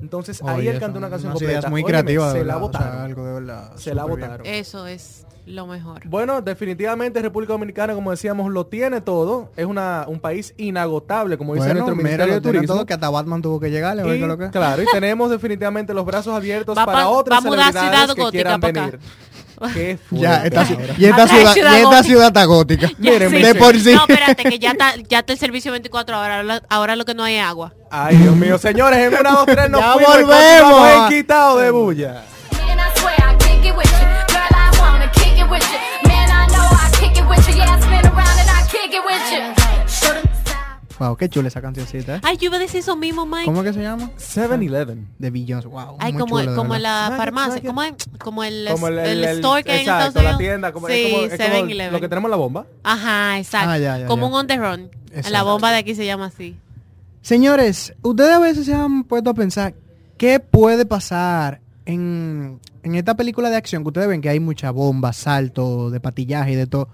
Speaker 3: Entonces ahí
Speaker 2: Oye,
Speaker 3: él cantó
Speaker 2: son
Speaker 3: una canción
Speaker 2: unas
Speaker 3: completa.
Speaker 2: ideas muy
Speaker 3: Óyeme,
Speaker 2: creativas, de
Speaker 3: se la
Speaker 2: verdad, o sea,
Speaker 3: botaron.
Speaker 2: algo de verdad
Speaker 3: se la
Speaker 2: súper bien.
Speaker 3: botaron.
Speaker 4: Eso es lo mejor.
Speaker 3: Bueno, definitivamente República Dominicana, como decíamos, lo tiene todo. Es una, un país inagotable, como dice
Speaker 2: Bueno,
Speaker 3: nuestro
Speaker 2: mira,
Speaker 3: Ministerio
Speaker 2: lo
Speaker 3: de
Speaker 2: tiene
Speaker 3: Turismo.
Speaker 2: todo, que hasta Batman tuvo que llegarle.
Speaker 3: Y,
Speaker 2: oye, que lo que- *laughs*
Speaker 3: Claro, y tenemos definitivamente los brazos abiertos
Speaker 4: Va pa-
Speaker 3: para otras
Speaker 4: va a mudar
Speaker 3: celebridades
Speaker 4: Ciudad
Speaker 3: que
Speaker 4: Gótica
Speaker 3: quieran
Speaker 4: pa' acá. *laughs*
Speaker 3: venir. Qué
Speaker 2: Ya,
Speaker 3: fuerte
Speaker 2: esta, ci-
Speaker 3: ahora.
Speaker 2: y esta
Speaker 4: Atrae
Speaker 2: ciudad,
Speaker 4: Ciudad
Speaker 2: y esta
Speaker 4: Gótica.
Speaker 2: ciudad está gótica.
Speaker 4: *laughs* Ya
Speaker 3: Miren,
Speaker 4: sí.
Speaker 2: de por sí.
Speaker 4: No, espérate, que ya está, ya está el servicio 24 horas. Ahora, lo- ahora lo que no hay es agua.
Speaker 3: Ay, Dios mío, señores, en una,
Speaker 2: *laughs*
Speaker 3: dos, tres, nos
Speaker 2: Ya
Speaker 3: fuimos,
Speaker 2: volvemos.
Speaker 3: continuamos en quitado de bulla.
Speaker 1: Man, I swear I kick it with you. Girl, I wanna kick it with you. Man, I know I kick it with you. Yeah, I spin around and I kick it with you. Show them stop.
Speaker 2: Wow, qué chula esa cancioncita. ¿eh?
Speaker 4: Ay, yo iba a decir eso mismo, Mike.
Speaker 2: ¿Cómo que se llama?
Speaker 3: 7-Eleven.
Speaker 2: De Beyoncé. Wow.
Speaker 4: Ay,
Speaker 2: muy
Speaker 4: como,
Speaker 2: chula, de
Speaker 4: como
Speaker 2: verdad.
Speaker 4: la
Speaker 3: Ay,
Speaker 4: farmacia,
Speaker 3: exacto.
Speaker 4: como, el- como el,
Speaker 3: Como el, el- el-
Speaker 4: store que hay en Estados
Speaker 3: exacto,
Speaker 4: Unidos.
Speaker 3: la tienda, como, es
Speaker 4: sí,
Speaker 3: como- es como
Speaker 4: 7-Eleven.
Speaker 3: lo que tenemos en la bomba.
Speaker 4: Ajá, exacto.
Speaker 2: Ah, ya, ya,
Speaker 4: como
Speaker 2: ya.
Speaker 4: un on the run. La
Speaker 2: Exacto.
Speaker 4: bomba de aquí se llama así.
Speaker 2: Señores, ustedes a veces se han puesto a pensar qué puede pasar en, en esta película de acción que ustedes ven que hay mucha bomba, salto, de patillaje y de todo.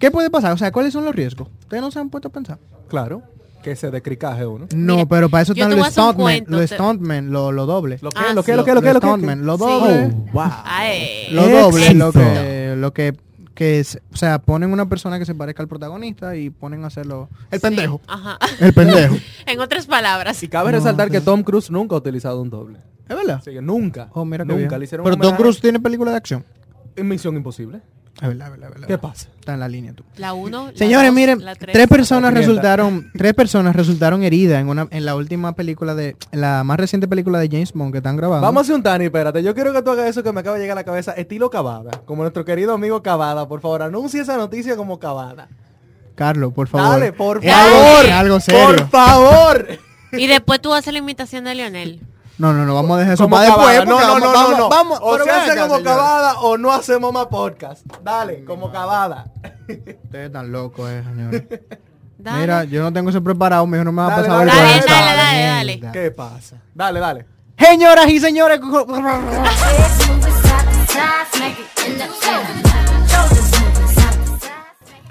Speaker 2: ¿Qué puede pasar? O sea, ¿cuáles son los riesgos? Ustedes no se han puesto a pensar.
Speaker 3: Claro, que se decricaje uno.
Speaker 2: No,
Speaker 4: Mira,
Speaker 2: pero para eso
Speaker 4: yo
Speaker 2: están
Speaker 4: te voy
Speaker 2: los
Speaker 4: a hacer un
Speaker 2: stuntmen,
Speaker 4: cuento,
Speaker 2: los
Speaker 4: te-
Speaker 2: stuntmen, lo, lo doble.
Speaker 3: Lo que,
Speaker 4: Ah,
Speaker 3: lo que,
Speaker 4: sí.
Speaker 3: lo que, lo que,
Speaker 2: Los
Speaker 3: lo que.
Speaker 2: stuntmen, lo
Speaker 4: Sí.
Speaker 2: doble.
Speaker 3: Oh, wow.
Speaker 4: Ay.
Speaker 2: Lo
Speaker 3: Eh,
Speaker 2: doble, lo
Speaker 3: Éxito.
Speaker 2: que, lo que, que es, o sea, ponen una persona que se parezca al protagonista y ponen a hacerlo. El
Speaker 4: Sí,
Speaker 2: pendejo.
Speaker 4: Ajá.
Speaker 2: El pendejo.
Speaker 4: *laughs* en otras palabras.
Speaker 3: Y cabe
Speaker 2: No,
Speaker 3: resaltar que
Speaker 2: sí.
Speaker 3: Tom Cruise nunca ha utilizado un doble.
Speaker 2: ¿Es verdad?
Speaker 3: Así que nunca.
Speaker 2: Oh, mira qué
Speaker 3: nunca
Speaker 2: bien.
Speaker 3: le hicieron
Speaker 2: Pero
Speaker 3: un
Speaker 2: Tom
Speaker 3: homenaje.
Speaker 2: Cruise tiene película de acción.
Speaker 3: En Misión Imposible.
Speaker 2: Es verdad, es verdad, es verdad.
Speaker 3: ¿Qué pasa?
Speaker 2: Está en la línea tú.
Speaker 4: La 1.
Speaker 2: Señores, miren,
Speaker 4: la
Speaker 2: tres personas
Speaker 3: la quinientas.
Speaker 2: resultaron, tres personas resultaron heridas en una, en la última película de, en la más reciente película de James Bond que están grabando.
Speaker 3: Vamos a hacer un Tani, espérate. Yo quiero que tú hagas eso que me acaba de llegar a la cabeza. Estilo Cavada. Como nuestro querido amigo Cavada. Por favor, anuncia esa noticia como Cavada.
Speaker 2: Carlos, por favor.
Speaker 3: Dale, por
Speaker 2: Es
Speaker 3: favor.
Speaker 2: algo- es algo
Speaker 3: Por
Speaker 2: serio.
Speaker 3: favor.
Speaker 4: Y después tú haces la imitación de Lionel.
Speaker 2: No, no, no, vamos a dejar eso
Speaker 3: Como
Speaker 2: para después.
Speaker 3: Cavada. No,
Speaker 2: porque
Speaker 3: no, no,
Speaker 2: vamos-
Speaker 3: no,
Speaker 2: vamos-
Speaker 3: no.
Speaker 2: vamos-
Speaker 3: o
Speaker 2: pero
Speaker 3: se
Speaker 2: ven
Speaker 3: hace
Speaker 2: acá,
Speaker 3: como
Speaker 2: señores.
Speaker 3: Cavada o no hacemos más podcast. Dale, como Cavada.
Speaker 2: Ustedes están locos, eh,
Speaker 3: *laughs*
Speaker 2: señores.
Speaker 4: Dale.
Speaker 2: Mira, yo no tengo eso preparado, mijo, no me va a
Speaker 3: Dale,
Speaker 2: pasar
Speaker 3: dale,
Speaker 2: vergüenza.
Speaker 4: dale, dale, dale.
Speaker 2: Mierda.
Speaker 3: ¿Qué pasa? Dale, dale.
Speaker 2: Señoras y señores,
Speaker 1: Legs moving side to side, smack it in the air. Shoulders moving side to side.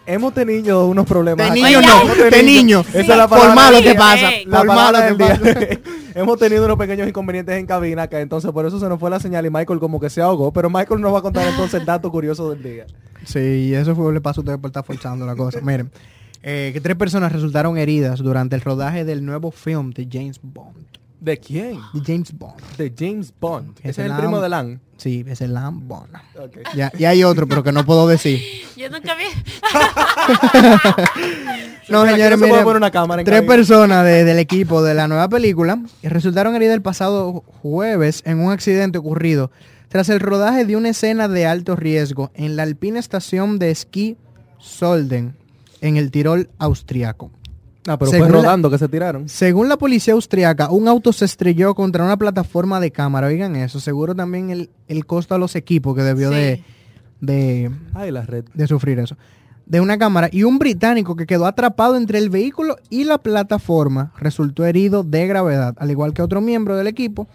Speaker 3: Hemos tenido unos problemas.
Speaker 2: de
Speaker 3: aquí.
Speaker 2: niño
Speaker 3: Hemos
Speaker 2: no, de
Speaker 3: tenido-
Speaker 2: niño.
Speaker 3: Esa es la
Speaker 2: Por
Speaker 3: palabra
Speaker 2: malo
Speaker 3: del
Speaker 2: te
Speaker 4: día.
Speaker 2: pasa,
Speaker 4: Ey.
Speaker 3: La
Speaker 2: por malo
Speaker 3: palabra del
Speaker 2: te pasa.
Speaker 3: día. *laughs* Hemos tenido unos pequeños inconvenientes en cabina, que entonces por eso se nos fue la señal y Michael como que se ahogó, pero Michael nos va a contar entonces el dato curioso del día.
Speaker 2: Sí, eso fue le paso a ustedes por estar forzando la
Speaker 3: *laughs*
Speaker 2: cosa. Miren, eh, que tres personas resultaron heridas durante el rodaje del nuevo film de James Bond.
Speaker 3: ¿De quién?
Speaker 2: De James Bond.
Speaker 3: De James Bond.
Speaker 2: Ese
Speaker 3: Ese es el
Speaker 2: Lan.
Speaker 3: primo de Lan.
Speaker 2: Sí, es el Lam Bond.
Speaker 3: Ok.
Speaker 2: Ya, y hay otro, pero que no puedo
Speaker 3: *laughs*
Speaker 2: decir.
Speaker 4: Yo nunca vi.
Speaker 2: No,
Speaker 3: Mira, aquí
Speaker 2: señores,
Speaker 3: no se puede
Speaker 2: miren,
Speaker 3: poner una cámara en
Speaker 2: tres
Speaker 3: cabina.
Speaker 2: personas de- del equipo de la nueva película resultaron heridas el pasado jueves en un accidente ocurrido tras el rodaje de una escena de alto riesgo en la alpina estación de esquí Solden, en el Tirol austriaco.
Speaker 3: Ah, pero
Speaker 2: Según
Speaker 3: fue
Speaker 2: la-
Speaker 3: rodando que se tiraron.
Speaker 2: Según la policía austriaca, un auto se estrelló contra una plataforma de cámara. Oigan eso, seguro también el, el costo a los equipos que debió
Speaker 4: Sí.
Speaker 2: de- de,
Speaker 3: Ay, la red.
Speaker 2: de sufrir eso. De una cámara y un británico que quedó atrapado entre el vehículo y la plataforma resultó herido de gravedad, al igual que otro miembro del equipo,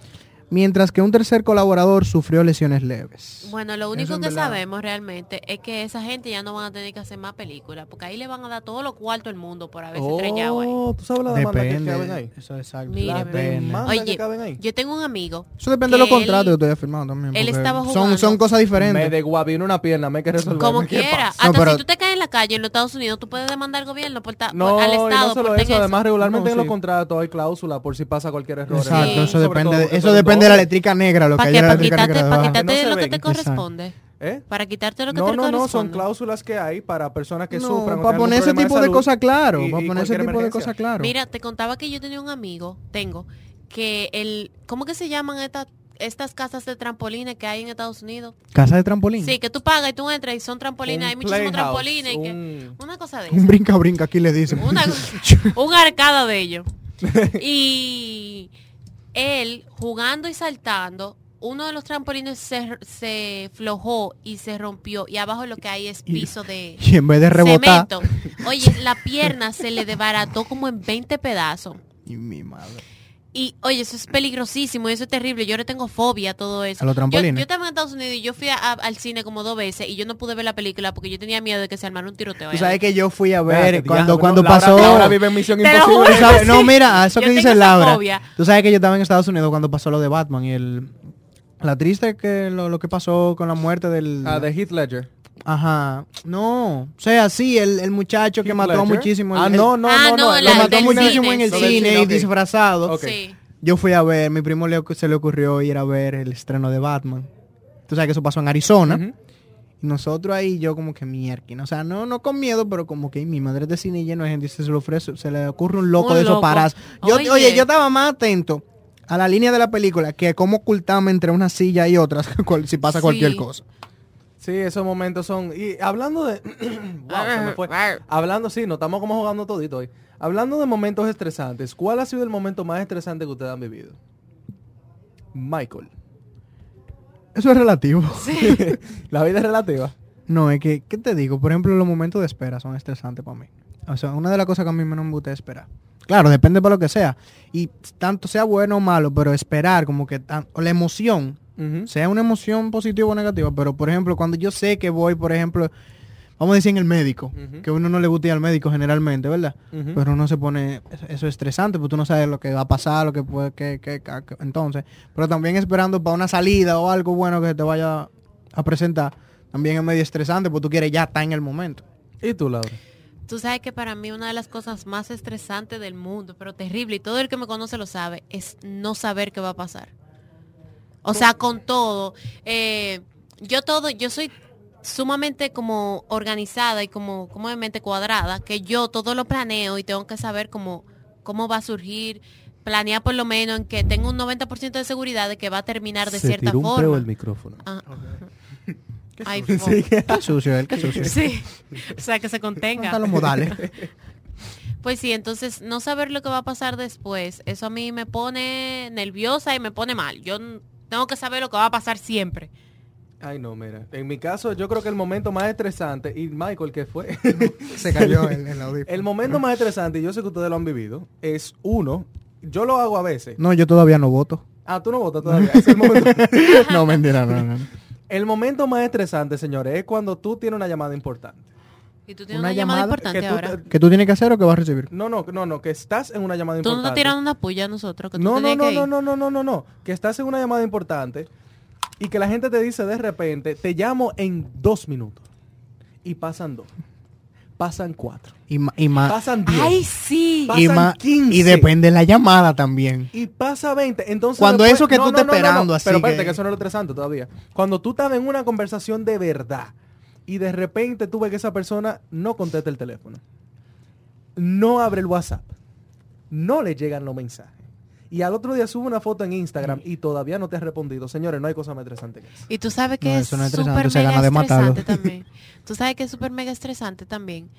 Speaker 2: mientras que un tercer colaborador sufrió lesiones leves.
Speaker 4: Bueno, lo
Speaker 2: Eso
Speaker 4: único
Speaker 2: en
Speaker 4: que
Speaker 2: verdad.
Speaker 4: sabemos realmente es que esa gente ya no van a tener que hacer más películas, porque ahí le van a dar todo lo cuarto al mundo por haberse estrellado ahí.
Speaker 3: Oh, tú sabes la demanda que caben ahí.
Speaker 2: Depende. Eso, exacto.
Speaker 4: Mira,
Speaker 3: La
Speaker 4: Depende.
Speaker 3: demanda que
Speaker 4: Oye,
Speaker 3: caben ahí.
Speaker 4: yo tengo un amigo.
Speaker 2: Eso depende de los
Speaker 4: que él-
Speaker 2: contratos que tú hayas firmado también.
Speaker 4: él
Speaker 2: porque
Speaker 4: estaba jugando.
Speaker 2: Son, son cosas
Speaker 3: Me
Speaker 2: diferentes.
Speaker 3: desguabino una pierna, me hay que resolver. *laughs*
Speaker 4: Como
Speaker 3: ¿Qué
Speaker 4: quiera,
Speaker 3: pasa?
Speaker 4: hasta
Speaker 2: No, pero-
Speaker 4: si tú te caes en la calle en los Estados Unidos, tú puedes demandar al gobierno por ta- por-
Speaker 3: No,
Speaker 4: Ah, pues, al
Speaker 3: y no
Speaker 4: Estado
Speaker 3: solo
Speaker 4: por
Speaker 3: eso,
Speaker 4: tener
Speaker 3: además regularmente
Speaker 2: No,
Speaker 3: en los
Speaker 2: sí.
Speaker 3: contratos hay cláusulas por si pasa cualquier error.
Speaker 2: Exacto,
Speaker 4: Sí.
Speaker 2: eso
Speaker 3: Sobre
Speaker 2: depende,
Speaker 3: todo,
Speaker 2: de-
Speaker 3: sobre
Speaker 2: eso
Speaker 3: todo
Speaker 2: depende de la
Speaker 3: todo.
Speaker 2: eléctrica negra, lo que
Speaker 4: ¿Para
Speaker 2: hay de
Speaker 4: qué?
Speaker 2: la
Speaker 4: Para
Speaker 2: eléctrica
Speaker 4: quitarte,
Speaker 2: negra. de
Speaker 4: para
Speaker 2: abajo.
Speaker 3: que no
Speaker 4: quitarte
Speaker 3: se
Speaker 4: lo que
Speaker 3: ven.
Speaker 4: te corresponde.
Speaker 3: ¿Eh?
Speaker 4: Para quitarte lo que
Speaker 3: No,
Speaker 4: te
Speaker 3: no,
Speaker 4: corresponde.
Speaker 3: no, son cláusulas que hay para personas
Speaker 4: Mm,
Speaker 3: que
Speaker 2: No,
Speaker 3: sufran. o
Speaker 2: para
Speaker 3: tengan un
Speaker 2: poner ese
Speaker 3: problema
Speaker 2: tipo de
Speaker 3: salud
Speaker 2: cosas claro,
Speaker 3: y-
Speaker 2: para
Speaker 3: y
Speaker 2: poner ese
Speaker 3: cualquier
Speaker 2: tipo de
Speaker 3: emergencia.
Speaker 2: cosas claro.
Speaker 4: Mira, te contaba que yo tenía un amigo, tengo, que el, ¿cómo que se llaman estas estas casas de trampolines que hay en Estados Unidos?
Speaker 2: Casa de trampolín.
Speaker 4: Sí, que tú pagas y tú entras y son
Speaker 3: Un
Speaker 4: trampolines, hay
Speaker 3: playhouse,
Speaker 4: muchísimos trampolines. y que-
Speaker 3: un-
Speaker 4: una cosa
Speaker 2: *laughs*
Speaker 4: de
Speaker 2: Un
Speaker 4: eso.
Speaker 2: brinca brinca aquí le dicen.
Speaker 4: Una, *laughs* un arcada de ellos. Y él, jugando y saltando, uno de los trampolines se, se flojó y se rompió. Y abajo lo que hay es piso de
Speaker 2: *laughs* Y en vez *laughs* de rebotar.
Speaker 4: cemento. Oye, la pierna se le desbarató como en 20 pedazos.
Speaker 2: Y mi madre.
Speaker 4: Y oye, eso es peligrosísimo, eso es terrible. Yo le tengo fobia a todo eso.
Speaker 2: A los trampolines.
Speaker 4: Yo, yo estaba en Estados Unidos y yo fui a- a- al cine como dos veces y yo no pude ver la película porque yo tenía miedo de que se armara un tiroteo.
Speaker 2: Tú
Speaker 4: allá
Speaker 2: sabes
Speaker 4: adentro.
Speaker 2: que yo fui a ver
Speaker 3: Espérate,
Speaker 2: cuando,
Speaker 3: diablo,
Speaker 2: cuando
Speaker 3: Laura-
Speaker 2: pasó.
Speaker 3: Laura vive en Misión
Speaker 4: *laughs* Te lo
Speaker 3: Imposible.
Speaker 2: *laughs*
Speaker 4: juro.
Speaker 2: Tú sabes-
Speaker 4: *laughs* Sí.
Speaker 2: No, mira, eso
Speaker 4: Yo
Speaker 2: que dice
Speaker 4: tengo esa
Speaker 2: Laura.
Speaker 4: fobia.
Speaker 2: Tú sabes que yo estaba en Estados Unidos cuando pasó lo de Batman y el. La triste que lo, lo que pasó con la muerte del.
Speaker 3: Ah, de Heath Ledger.
Speaker 2: Ajá. No. O sea, sí, el, el muchacho que
Speaker 3: Heath
Speaker 2: mató a
Speaker 3: Ledger.
Speaker 2: muchísimo.
Speaker 3: Ah,
Speaker 2: el-
Speaker 3: no,
Speaker 2: el-
Speaker 3: no,
Speaker 4: Ah,
Speaker 3: no,
Speaker 4: no,
Speaker 3: no.
Speaker 4: la-
Speaker 2: Lo mató
Speaker 4: del
Speaker 2: muchísimo
Speaker 4: cine,
Speaker 2: en el
Speaker 4: sí. Del
Speaker 2: cine
Speaker 3: cine,
Speaker 2: y
Speaker 3: ok.
Speaker 2: disfrazado.
Speaker 3: Ok.
Speaker 4: Sí.
Speaker 2: Yo fui a ver, mi primo le, se le ocurrió ir a ver el estreno de Batman. Tú sabes que eso pasó en Arizona.
Speaker 3: Ujú.
Speaker 2: Y nosotros ahí, yo como que mierkin. O sea, no, no con miedo, pero como que "Ay, mi madre es de cine lleno de gente y se, le ofrece, se le ocurre un loco
Speaker 4: Un
Speaker 2: de esos
Speaker 4: loco.
Speaker 2: paras. Yo,
Speaker 4: Oye.
Speaker 2: oye. yo estaba más atento a la línea de la película que a cómo ocultarme entre una silla y otra *laughs* cual- si pasa
Speaker 4: Sí.
Speaker 2: cualquier cosa.
Speaker 3: Sí, esos momentos son. Y hablando de. *clears throat* Wow, se me fue. Hablando, sí, nos estamos como jugando todito hoy. Hablando de momentos estresantes, ¿cuál ha sido el momento más estresante que ustedes han vivido? *laughs* Michael.
Speaker 2: Eso es relativo.
Speaker 3: La vida es relativa.
Speaker 2: No, es que, ¿qué te digo? Por ejemplo, los momentos de espera son estresantes para mí. O sea, una de las cosas que a mí menos me gusta es esperar. Claro, depende para lo que sea. Y tanto sea bueno o malo, pero esperar, como que tan- o la emoción,
Speaker 3: Ujú.
Speaker 2: sea una emoción positiva o negativa, pero por ejemplo, cuando yo sé que voy, por ejemplo, vamos a decir en el médico,
Speaker 3: Ujú.
Speaker 2: que a uno no le gusta ir al médico generalmente, ¿verdad?
Speaker 3: Ujú.
Speaker 2: Pero uno se pone, eso- eso es estresante, porque tú no sabes lo que va a pasar, lo que puede, que, que, que- que- entonces, pero también esperando para una salida o algo bueno que se te vaya a presentar, también es medio estresante, porque tú quieres ya estar en el momento.
Speaker 3: ¿Y tú, Laura?
Speaker 4: Tú sabes que para mí una de las cosas más estresantes del mundo, pero terrible, y todo el que me conoce lo sabe, es no saber qué va a pasar. O sea, con todo. eh, yo todo, yo soy sumamente como organizada y como, como de mente cuadrada, que yo todo lo planeo y tengo que saber cómo, cómo va a surgir, planear por lo menos en que tengo un 90% de seguridad de que va a terminar de cierta forma.
Speaker 2: *laughs*
Speaker 3: micrófono.
Speaker 4: Ah, Ay, fo-
Speaker 2: Qué sucio él, qué sucio.
Speaker 4: *laughs* sí. O sea, que se contenga.
Speaker 2: Están los
Speaker 4: *laughs*
Speaker 2: modales.
Speaker 4: Pues sí, entonces no saber lo que va a pasar después, eso a mí me pone nerviosa y me pone mal. Yo n- tengo que saber lo que va a pasar siempre.
Speaker 3: Ay, no, mira. En mi caso, yo creo que el momento más estresante, y Michael, ¿qué fue? *laughs*
Speaker 2: Se cayó el, el audífono.
Speaker 3: el momento más estresante, y yo sé que ustedes lo han vivido, es uno. Yo lo hago a veces.
Speaker 2: No, yo todavía no voto.
Speaker 3: Ah, tú no votas todavía. Es el momento.
Speaker 2: *laughs* no, mentira, no, no. no.
Speaker 3: El momento más estresante, señores, es cuando tú tienes una llamada importante.
Speaker 4: Y tú tienes una,
Speaker 2: Una
Speaker 4: llamada,
Speaker 2: llamada
Speaker 4: importante
Speaker 3: que tú
Speaker 4: ahora.
Speaker 3: te-
Speaker 2: ¿Que tú tienes que hacer o que vas a recibir?
Speaker 3: No, no, no, no, que estás en una llamada
Speaker 4: Tú no
Speaker 3: importante.
Speaker 4: estás tirando una puya a nosotros. Que tú
Speaker 3: no, no,
Speaker 4: tenías
Speaker 3: no,
Speaker 4: que ir.
Speaker 3: no, no, no, no, no, no, que estás en una llamada importante y que la gente te dice de repente, te llamo en dos minutos. Y pasan dos, pasan cuatro,
Speaker 2: Y, ma- y ma-
Speaker 3: pasan diez,
Speaker 4: Ah. Ay, sí.
Speaker 3: Pa-
Speaker 2: y,
Speaker 3: pasan
Speaker 2: ma-
Speaker 3: 15.
Speaker 2: y depende la llamada también.
Speaker 3: y pasa veinte. Entonces
Speaker 2: Cuando eso que tú
Speaker 3: te
Speaker 2: estás esperando, así
Speaker 3: Pero espérate, que...
Speaker 2: que-
Speaker 3: eso no es lo estresante todavía. Cuando tú estás en una conversación de verdad y de repente tú ves que esa persona no contesta el teléfono, no abre el WhatsApp, no le llegan los mensajes. Y al otro día sube una foto en Instagram y todavía no te ha respondido. Señores, no hay cosa más estresante que eso.
Speaker 4: Y tú sabes que
Speaker 2: No,
Speaker 4: es
Speaker 2: eso no es estresante,
Speaker 4: súper mega
Speaker 2: se gana de matarlo.
Speaker 4: estresante también. Tú sabes que es súper mega estresante también.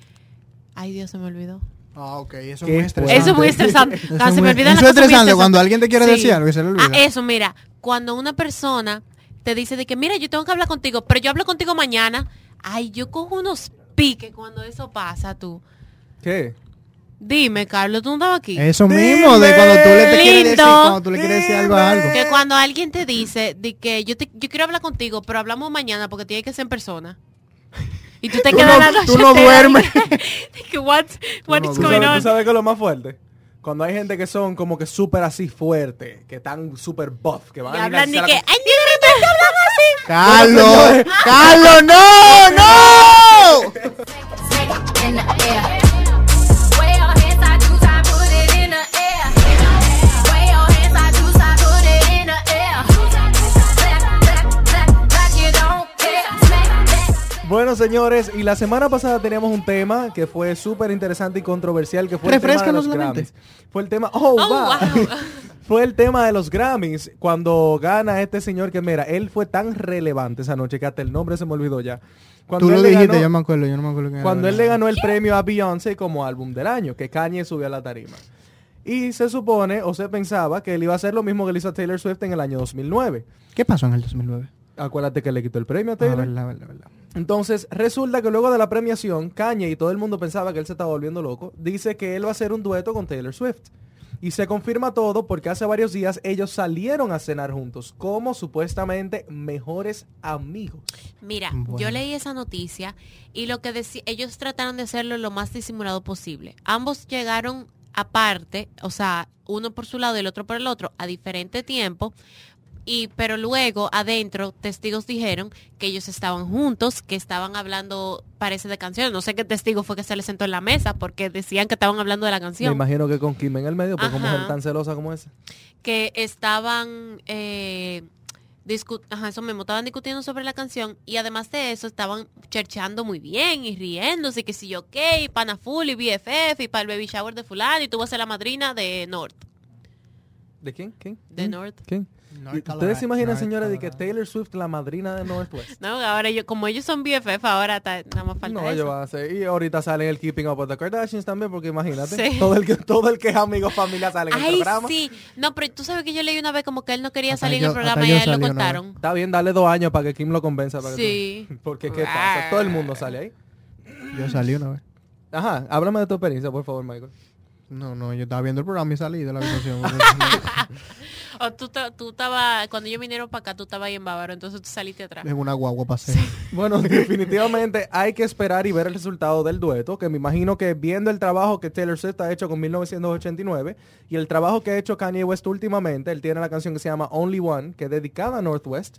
Speaker 4: Ay, Dios, se me olvidó.
Speaker 2: Ah, ok, eso
Speaker 3: Qué
Speaker 4: Eso es muy estresante.
Speaker 2: Eso
Speaker 4: Ah,
Speaker 2: es
Speaker 4: se me
Speaker 2: muy-
Speaker 4: olvidan
Speaker 2: eso
Speaker 4: las
Speaker 2: es estresante,
Speaker 4: cosas muy
Speaker 2: cuando
Speaker 4: estresantes.
Speaker 2: alguien te quiere decir algo y se le olvida.
Speaker 4: Ah, eso, mira. Cuando una persona te dice de que, mira, yo tengo que hablar contigo, pero yo hablo contigo mañana. Ay, yo cojo unos piques cuando eso pasa, tú.
Speaker 3: ¿Qué?
Speaker 4: Dime, Carlos, tú no estabas aquí.
Speaker 2: Eso
Speaker 3: Dime.
Speaker 2: mismo, de cuando tú le, te quieres decir,
Speaker 4: Lindo.
Speaker 2: cuando tú le quieres decir algo a algo.
Speaker 4: Que cuando alguien te dice de que yo te- yo quiero hablar contigo, pero hablamos mañana porque tiene que ser en persona. Y tú te
Speaker 2: Tú
Speaker 4: quedas
Speaker 2: no-
Speaker 4: la noche
Speaker 2: tú no
Speaker 4: entera
Speaker 2: duermes.
Speaker 4: *laughs* de que, what what
Speaker 2: no
Speaker 4: is
Speaker 3: ¿Tú
Speaker 4: going
Speaker 3: sabes, tú
Speaker 4: on?
Speaker 3: sabes qué es lo más fuerte? Cuando hay gente que son como que súper así fuerte, que están súper buff, que van
Speaker 4: Y
Speaker 3: a
Speaker 4: hablan de
Speaker 3: gimnasio,
Speaker 4: que,
Speaker 3: la-
Speaker 4: ay, de repente hablan así.
Speaker 2: Carlos, Carlos, no, no.
Speaker 1: Smack it in the air. Wave your hands side to side, put it in the air. Wave your hands side to side, put it in the air. Clap, clap, clap, like you don't care. Smack that.
Speaker 3: Bueno, señores, y la semana pasada teníamos un tema que fue súper interesante y controversial, que fue el tema de
Speaker 2: Refréscanos
Speaker 3: los
Speaker 2: la
Speaker 3: Grammys.
Speaker 2: mente.
Speaker 3: Fue el tema... ¡Oh,
Speaker 4: Oh,
Speaker 3: va!
Speaker 4: wow.
Speaker 3: *laughs* fue el tema de los Grammys, cuando gana este señor que, mira, él fue tan relevante esa noche que hasta el nombre se me olvidó ya. Cuando
Speaker 2: Tú
Speaker 3: él
Speaker 2: lo
Speaker 3: le
Speaker 2: dijiste,
Speaker 3: ganó-
Speaker 2: yo me acuerdo, yo no me acuerdo. quién era,
Speaker 3: Cuando él
Speaker 2: ¿verdad?
Speaker 3: le ganó el premio a Beyoncé como álbum del año, que Kanye subió a la tarima. Y se supone, o se pensaba, que él iba a hacer lo mismo que le hizo a Taylor Swift en el año 2009.
Speaker 2: ¿Qué pasó en el 2009?
Speaker 3: Acuérdate que le quitó el premio a
Speaker 2: Ah,
Speaker 3: Taylor.
Speaker 2: verdad, verdad, verdad.
Speaker 3: Entonces, resulta que luego de la premiación, Kanye y todo el mundo pensaba que él se estaba volviendo loco, dice que él va a hacer un dueto con Taylor Swift. Y se confirma todo porque hace varios días ellos salieron a cenar juntos como supuestamente mejores amigos.
Speaker 4: Mira,
Speaker 2: Bueno.
Speaker 4: yo leí esa noticia y lo que deci- ellos trataron de hacerlo lo más disimulado posible. Ambos llegaron aparte, o sea, uno por su lado y el otro por el otro, a diferente tiempo. Y, pero luego adentro testigos dijeron que ellos estaban juntos, que estaban hablando, parece de canciones. No sé qué testigo fue que se les sentó en la mesa porque decían que estaban hablando de la
Speaker 3: Me
Speaker 4: canción.
Speaker 3: imagino que con Kim en el medio, pues como
Speaker 4: Ajá.
Speaker 3: mujer tan celosa como esa.
Speaker 4: que estaban eh, discu- ajá, eso mismo, estaban discutiendo sobre la canción y además de eso estaban cherchando muy bien y riéndose y que si yo qué, y pana full y BFF y para el baby shower de fulano y tú vas a ser la madrina de North.
Speaker 3: ¿De quién? ¿Quién?
Speaker 4: De North.
Speaker 3: ¿Quién? ¿Y ¿Ustedes se imaginan, señora, de que Taylor Swift, la madrina de Northwest?
Speaker 4: No, ahora yo, como ellos son BFF, ahora ta- nada más falta
Speaker 3: No,
Speaker 4: eso.
Speaker 3: yo va a ser. Y ahorita sale el Keeping Up with the Kardashians también, porque imagínate.
Speaker 4: Sí.
Speaker 3: Todo, el que, todo el que es amigo familia sale en el
Speaker 4: Ay,
Speaker 3: programa.
Speaker 4: sí. No, pero tú sabes que yo leí una vez como que él no quería
Speaker 2: Hasta
Speaker 4: salir en
Speaker 2: yo-
Speaker 4: el programa
Speaker 2: hasta
Speaker 4: y
Speaker 2: yo
Speaker 4: a él lo
Speaker 2: salí una vez.
Speaker 4: contaron.
Speaker 3: Está bien, dale dos años para que Kim lo convenza. Para que
Speaker 4: Sí. Ah.
Speaker 3: tú- *laughs* Porque qué pasa, todo el mundo sale ahí.
Speaker 2: Yo salí una vez.
Speaker 3: Ajá, háblame de tu experiencia, por favor, Michael.
Speaker 2: No, no, yo estaba viendo el programa y salí de la
Speaker 3: *laughs*
Speaker 2: habitación.
Speaker 4: O tú ta- tú estabas, cuando ellos vinieron para acá, tú estabas ahí en Bávaro, entonces tú saliste atrás.
Speaker 2: en una guagua pasé.
Speaker 3: Bueno, *laughs* definitivamente hay que esperar y ver el resultado del dueto, que me imagino que viendo el trabajo que Taylor Swift ha hecho con 1989 y el trabajo que ha hecho Kanye West últimamente, él tiene la canción que se llama Only One, que es dedicada a Northwest.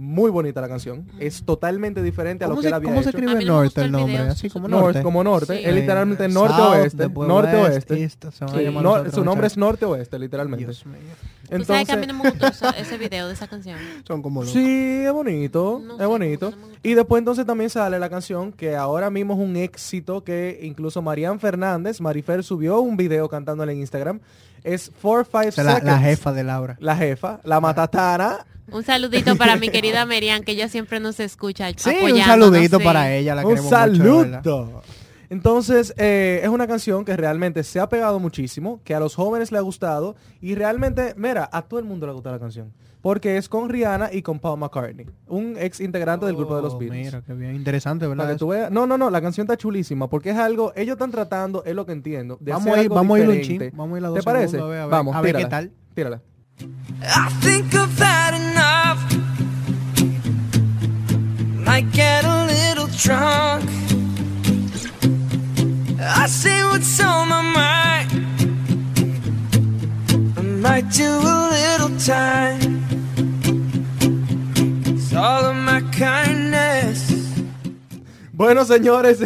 Speaker 3: Muy bonita la canción. Es totalmente diferente a lo
Speaker 2: ¿Cómo
Speaker 3: que
Speaker 2: se,
Speaker 3: él había
Speaker 2: cómo se
Speaker 3: hecho.
Speaker 4: A
Speaker 2: escribe
Speaker 4: mí no me
Speaker 2: norte
Speaker 4: gusta
Speaker 2: el
Speaker 4: el
Speaker 2: nombre?
Speaker 4: video,
Speaker 2: Así como
Speaker 3: North,
Speaker 2: norte.
Speaker 3: como norte,
Speaker 4: Sí.
Speaker 3: es literalmente
Speaker 2: Eh,
Speaker 3: norte-oeste.
Speaker 2: south, después west,
Speaker 3: Norte-oeste.
Speaker 2: east, se van a
Speaker 3: Sí,
Speaker 2: llamar
Speaker 3: nor-
Speaker 2: los
Speaker 3: su
Speaker 2: otros
Speaker 3: nombre es
Speaker 2: muchachos.
Speaker 3: norte-oeste, literalmente.
Speaker 2: Dios mío.
Speaker 4: Tú sabes que a mí
Speaker 3: Entonces-
Speaker 4: no me gustó eso- ese video de esa canción.
Speaker 2: Son como locos.
Speaker 3: Sí, es bonito,
Speaker 4: No
Speaker 3: es
Speaker 4: sé,
Speaker 3: bonito.
Speaker 4: no me gusta.
Speaker 3: Y después entonces también sale la canción que ahora mismo es un éxito que incluso Marian Fernández, Marifer subió un video cantándola en Instagram. Es 45
Speaker 2: O sea, la,
Speaker 3: Seconds.
Speaker 2: la jefa de Laura.
Speaker 3: La jefa, la matatana.
Speaker 4: Un saludito para mi querida Merian, que ella siempre nos escucha.
Speaker 2: Sí, un saludito para ella. La
Speaker 3: Un
Speaker 2: queremos mucho, de verdad.
Speaker 3: saludo. Entonces, eh, es una canción que realmente se ha pegado muchísimo, que a los jóvenes le ha gustado y realmente, mira, a todo el mundo le gusta la canción. Porque es con Rihanna y con Paul McCartney, un ex integrante del grupo de los
Speaker 2: Oh,
Speaker 3: Beatles.
Speaker 2: Mira, qué bien. Interesante, ¿verdad?
Speaker 3: Para que
Speaker 2: Eso?
Speaker 3: tú veas- No, no, no, la canción está chulísima porque es algo, ellos están tratando, es lo que entiendo. de
Speaker 2: Vamos
Speaker 3: hacer
Speaker 2: a ir-
Speaker 3: algo
Speaker 2: vamos a ir un
Speaker 3: diferente.
Speaker 2: chin, vamos a ir a
Speaker 3: ¿Te
Speaker 2: dos
Speaker 3: parece?
Speaker 2: segundos, a ver, a ver,
Speaker 3: vamos,
Speaker 2: a ver qué
Speaker 3: tírala,
Speaker 2: tal.
Speaker 3: Tírala.
Speaker 5: I think I've had enough. Might get a little drunk. I say what's on my mind. I might do a little time. It's all of my kindness.
Speaker 3: Bueno, señores,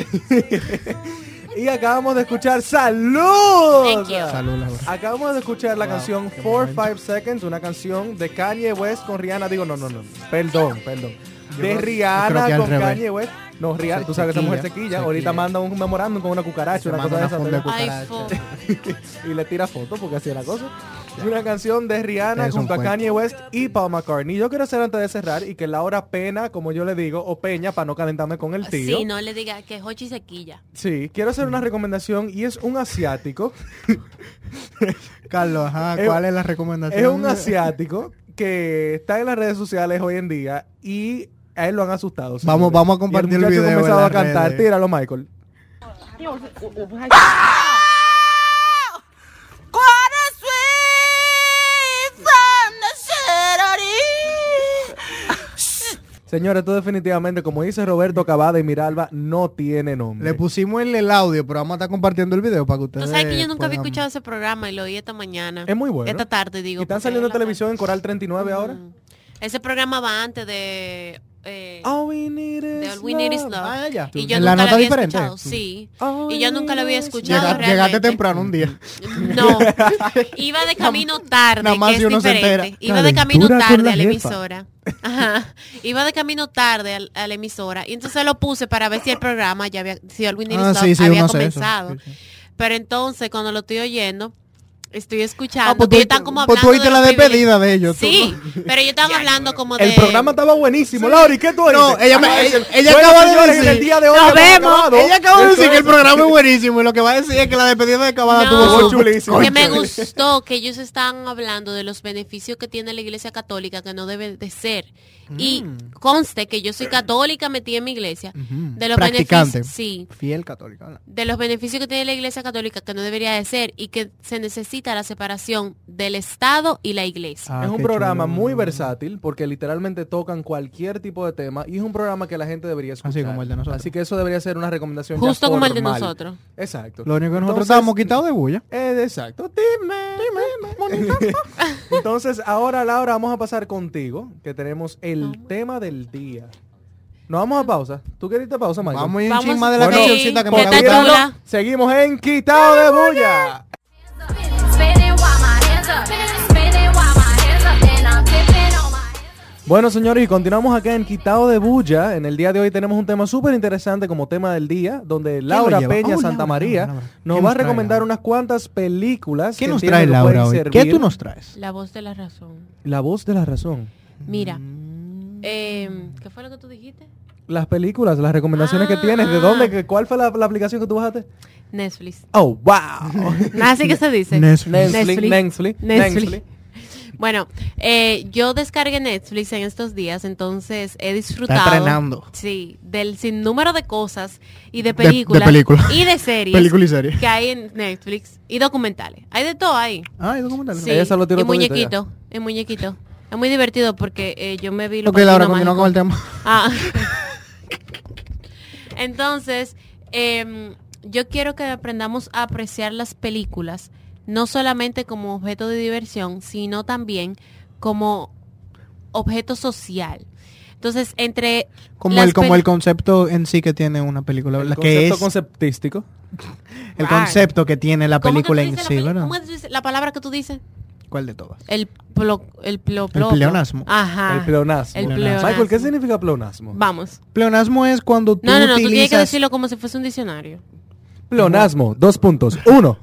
Speaker 3: *laughs* y acabamos de escuchar Salud.
Speaker 4: Thank you.
Speaker 2: Salud, Laura.
Speaker 3: Acabamos de escuchar la canción 45 Seconds, una canción de Kanye West con Rihanna. Digo, no, no, no, perdón, perdón. De
Speaker 2: creo- yo creo
Speaker 3: Rihanna
Speaker 2: que al
Speaker 3: con
Speaker 2: revés.
Speaker 3: Kanye West. No, Rihanna,
Speaker 2: Se
Speaker 3: tú sabes que esa mujer se
Speaker 2: sequilla,
Speaker 3: quilla.
Speaker 2: se
Speaker 3: Ahorita
Speaker 2: quilla.
Speaker 3: manda un memorándum con una cucaracha,
Speaker 2: Se
Speaker 3: una
Speaker 2: manda
Speaker 3: cosa de
Speaker 2: una
Speaker 3: esas.
Speaker 2: funda
Speaker 3: ¿verdad?
Speaker 2: de
Speaker 4: Ay, fo.
Speaker 3: y le tira fotos porque así es la cosa. Una canción de Rihanna
Speaker 2: Ustedes son
Speaker 3: junto a
Speaker 2: fuertes.
Speaker 3: Kanye West y Paul McCartney. Yo quiero hacer antes de cerrar y que Laura Pena, como yo le digo, o Peña, para no calentarme con el tío.
Speaker 4: Sí, no le diga que Hochi se quilla.
Speaker 3: Sí, quiero hacer una recomendación y es un asiático.
Speaker 2: Carlos, ajá,
Speaker 3: Ah, Es-
Speaker 2: ¿cuál es la recomendación?
Speaker 3: es un asiático que está en las redes sociales hoy en día y a él lo han asustado. señores.
Speaker 2: Vamos- vamos a
Speaker 3: Y
Speaker 2: compartir el
Speaker 3: muchacho
Speaker 2: video
Speaker 3: ha
Speaker 2: en
Speaker 3: comenzado a
Speaker 2: las
Speaker 3: cantar.
Speaker 2: redes.
Speaker 3: Tíralo, Michael. Señores, esto definitivamente, como dice Roberto Cavada y Miralba, no tiene nombre.
Speaker 2: Le pusimos el, el audio, pero vamos a estar compartiendo el video para que ustedes.
Speaker 4: Tú sabes que yo nunca había
Speaker 2: puedan-
Speaker 4: escuchado ese programa y lo oí esta mañana.
Speaker 3: Es muy bueno.
Speaker 4: Esta tarde, digo.
Speaker 3: y están
Speaker 4: porque
Speaker 3: saliendo en
Speaker 4: la-
Speaker 3: televisión en Coral 39 ahora.
Speaker 4: Mm. Ese programa va antes de... eh,
Speaker 3: All Oh, we need is
Speaker 4: de All We Need Is Love.
Speaker 3: Ah, ya.
Speaker 4: Y yo
Speaker 2: ¿En la
Speaker 4: nunca
Speaker 2: nota
Speaker 4: lo había
Speaker 2: diferente?
Speaker 4: escuchado, sí.
Speaker 3: All
Speaker 4: Y
Speaker 3: we
Speaker 4: yo nunca lo había
Speaker 3: need is
Speaker 4: escuchado.
Speaker 2: Llega-
Speaker 4: realmente.
Speaker 2: llegaste temprano un
Speaker 4: *laughs*
Speaker 2: día. *laughs*
Speaker 4: No, iba de camino tarde,
Speaker 2: nada más
Speaker 4: que es
Speaker 2: si uno se
Speaker 4: diferente.
Speaker 2: entera.
Speaker 4: Iba de camino
Speaker 3: Calentura con
Speaker 4: tarde
Speaker 3: la
Speaker 4: a la
Speaker 3: jefa.
Speaker 4: emisora. Ajá. Iba de camino tarde al- a, la emisora. Y entonces lo puse para ver si el programa ya había, si All We Need Is
Speaker 2: Ah,
Speaker 4: Love
Speaker 2: sí, sí,
Speaker 4: había
Speaker 2: uno hace eso.
Speaker 4: comenzado.
Speaker 2: Sí, sí.
Speaker 4: Pero entonces, cuando lo estoy oyendo, estoy escuchando.
Speaker 2: Ah, pues tú
Speaker 4: que ellos
Speaker 2: oíste-
Speaker 4: están como
Speaker 2: pues tú
Speaker 4: hablando
Speaker 2: oíste la
Speaker 4: los
Speaker 2: despedida
Speaker 4: privilegios.
Speaker 2: de ellos, tú,
Speaker 4: Sí, pero ellos estaban hablando como de...
Speaker 3: El programa estaba buenísimo. Laura, ¿y qué tú
Speaker 2: No,
Speaker 3: dices?
Speaker 2: ella me-
Speaker 3: Ah,
Speaker 2: ella-
Speaker 3: es el-
Speaker 2: ella
Speaker 3: bueno,
Speaker 2: acaba de
Speaker 3: señores,
Speaker 2: decir,
Speaker 3: en el día de hoy
Speaker 4: "Nos
Speaker 3: hemos
Speaker 4: vemos".
Speaker 3: acabado.
Speaker 2: Ella acaba de
Speaker 3: Esto
Speaker 2: decir que el
Speaker 3: es-
Speaker 2: programa es buenísimo y lo que va a decir es que la despedida de Cabada
Speaker 4: No,
Speaker 2: Ah, tuvo
Speaker 3: su- chulísimo.
Speaker 4: que me
Speaker 3: Concha.
Speaker 4: gustó que ellos estaban hablando de los beneficios que tiene la iglesia católica que no debe de ser y
Speaker 2: Mm.
Speaker 4: conste que yo soy católica metí en mi iglesia de los
Speaker 2: Practicante.
Speaker 4: beneficios sí
Speaker 2: Fiel católica. ¿verdad?
Speaker 4: de los beneficios que tiene la iglesia católica que no debería de ser y que se necesita la separación del estado y la iglesia
Speaker 2: Ah,
Speaker 3: es un
Speaker 2: qué
Speaker 3: programa
Speaker 2: chulo.
Speaker 3: muy versátil porque literalmente tocan cualquier tipo de tema y es un programa que la gente debería escuchar.
Speaker 2: Así como el de nosotros.
Speaker 3: Así que eso debería ser una recomendación. ya
Speaker 4: justo como el de
Speaker 3: formal.
Speaker 4: nosotros
Speaker 3: Exacto.
Speaker 2: Lo único que nosotros
Speaker 3: Entonces,
Speaker 2: estábamos quitados de bulla.
Speaker 3: Eh, exacto. Dime. Dime.
Speaker 4: *laughs*
Speaker 3: Entonces, ahora, Laura, vamos a pasar contigo, que tenemos el tema del día. Nos vamos a pausa. ¿Tú quieres irte a pausa, Michael?
Speaker 2: Vamos a ir un
Speaker 4: Vamos-
Speaker 2: chisme de la
Speaker 3: Bueno,
Speaker 2: cancioncita que
Speaker 4: ¿qué
Speaker 2: me
Speaker 4: tal
Speaker 2: gusta.
Speaker 4: chula?
Speaker 3: Seguimos en Quitado de Bulla.
Speaker 1: Spinning while my hands up. Spinning while my hands up. And I'm dipping on my hands.
Speaker 3: Bueno, señores, y continuamos acá en Quitado de Bulla. En el día de hoy tenemos un tema súper interesante como tema del día, donde
Speaker 2: lo
Speaker 3: Laura
Speaker 2: lleva?
Speaker 3: Peña
Speaker 2: Oh,
Speaker 3: Santa
Speaker 2: Laura,
Speaker 3: María
Speaker 2: Laura, Laura.
Speaker 3: nos
Speaker 2: ¿Qué
Speaker 3: va a
Speaker 2: nos trae,
Speaker 3: recomendar
Speaker 2: Laura?
Speaker 3: unas cuantas películas.
Speaker 2: ¿Qué
Speaker 3: que
Speaker 2: nos trae
Speaker 3: entiende que pueden
Speaker 2: Laura hoy? ¿Qué
Speaker 3: servir.
Speaker 2: tú nos traes?
Speaker 4: la voz de la razón
Speaker 3: La voz de la razón.
Speaker 4: mira
Speaker 2: Mm.
Speaker 4: eh, qué fue lo que tú dijiste
Speaker 3: Las películas, las recomendaciones que
Speaker 4: Ah.
Speaker 3: tienes, ¿de dónde? que- ¿Cuál fue la, la aplicación que tú bajaste?
Speaker 4: Netflix
Speaker 3: Oh, wow.
Speaker 4: *laughs* así que se dice
Speaker 2: Netflix.
Speaker 3: Netflix, Netflix, Netflix.
Speaker 4: Netflix. Bueno, eh, yo descargué Netflix en estos días, entonces he disfrutado.
Speaker 2: entrenando.
Speaker 4: Sí, del sinnúmero de cosas y
Speaker 2: De-
Speaker 4: de
Speaker 2: de
Speaker 4: películas.
Speaker 2: película.
Speaker 4: Y de series.
Speaker 2: Película y serie.
Speaker 4: Que hay en Netflix. Y documentales. Hay de todo ahí.
Speaker 2: Ah, ¿y documentales?
Speaker 4: Sí.
Speaker 3: Ella se lo tiró
Speaker 4: y
Speaker 3: todito
Speaker 4: muñequito. Y muñequito. Es muy divertido porque eh, yo me vi los
Speaker 2: Ok, Laura, continúa
Speaker 4: Padrinos
Speaker 2: con el tema.
Speaker 4: Ah. *laughs* Entonces, em, yo quiero que aprendamos a apreciar las películas, no solamente como objeto de diversión, sino también como objeto social. Entonces, entre...
Speaker 2: Como
Speaker 4: las
Speaker 2: el, como
Speaker 4: pel-
Speaker 2: el concepto en sí que tiene una película,
Speaker 3: *laughs* El
Speaker 2: ¿verdad? Que
Speaker 3: concepto
Speaker 2: es
Speaker 3: conceptístico.
Speaker 2: el concepto que tiene la
Speaker 4: ¿Cómo que tú
Speaker 2: película en
Speaker 4: dices la
Speaker 2: sí,
Speaker 4: peli-
Speaker 2: ¿verdad?
Speaker 4: cómo es la palabra que tú dices?
Speaker 2: ¿Cuál de todas?
Speaker 4: El plo, el plo- plo-
Speaker 2: pleonasmo.
Speaker 4: Ajá.
Speaker 3: el pleonasmo.
Speaker 4: Ah, el
Speaker 3: Michael, ¿qué
Speaker 4: pleonasmo.
Speaker 3: significa pleonasmo?
Speaker 4: Vamos.
Speaker 2: Pleonasmo es cuando tú
Speaker 4: No, no, no, tú tienes que
Speaker 2: utilizas...
Speaker 4: decirlo como si fuese un diccionario.
Speaker 3: Pleonasmo, dos puntos. Uno.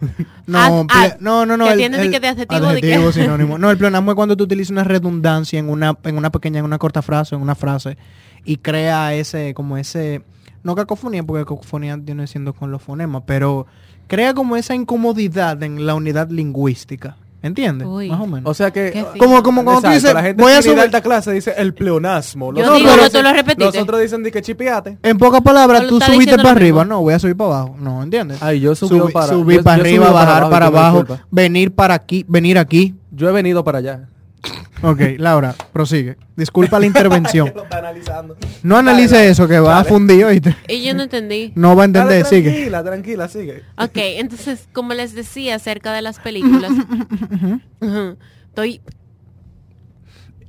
Speaker 2: no,
Speaker 4: Ad-
Speaker 2: ple-
Speaker 4: ad-
Speaker 2: no, no, no.
Speaker 4: Ah, que
Speaker 2: el-
Speaker 4: tiene
Speaker 2: el-
Speaker 4: que de adjetivo, de que-
Speaker 2: adjetivo,
Speaker 4: *laughs*
Speaker 2: sinónimo. No, el pleonasmo es cuando tú utilizas una redundancia en una, en una pequeña, en una corta frase, en una frase, y crea ese, como ese... No cacofonía, porque cacofonía tiene siendo con los fonemas, pero crea como esa incomodidad en la unidad lingüística. ¿Entiendes?
Speaker 4: Uy.
Speaker 2: Más o menos.
Speaker 3: O sea que...
Speaker 4: Qué fino.
Speaker 2: como, como cuando tú
Speaker 3: Exacto,
Speaker 2: dices,
Speaker 3: la gente
Speaker 2: voy a
Speaker 3: tiene de
Speaker 2: subir...
Speaker 3: alta clase dice el pleonasmo.
Speaker 4: Yo
Speaker 3: otros-
Speaker 4: digo,
Speaker 2: pero
Speaker 4: tú lo repetiste.
Speaker 3: Los otros dicen di que chipiate.
Speaker 2: En pocas palabras,
Speaker 4: Solo
Speaker 2: tú
Speaker 4: está
Speaker 2: subiste
Speaker 4: diciendo
Speaker 2: para
Speaker 4: lo
Speaker 2: arriba,
Speaker 4: mismo.
Speaker 2: no, voy a subir para abajo, no, ¿entiendes?
Speaker 3: Ay, Ah, yo subí
Speaker 2: Subí-
Speaker 3: para...
Speaker 2: subir
Speaker 3: yo-
Speaker 2: para
Speaker 3: yo subí
Speaker 2: arriba, bajar para
Speaker 3: y tuve
Speaker 2: abajo,
Speaker 3: culpa.
Speaker 2: venir para aquí, venir aquí.
Speaker 3: Yo he venido para allá. *laughs*
Speaker 2: Ok, Laura, prosigue. Disculpa la intervención.
Speaker 3: Lo está analizando.
Speaker 2: No analice eso, que va a fundir, ¿oíste?
Speaker 4: Y
Speaker 2: *laughs*
Speaker 4: yo no entendí.
Speaker 2: No va a entender,
Speaker 3: Dale,
Speaker 2: sigue.
Speaker 3: Tranquila, tranquila, sigue.
Speaker 2: *laughs*
Speaker 4: Ok, entonces, como les decía acerca de las películas, Ujú. estoy...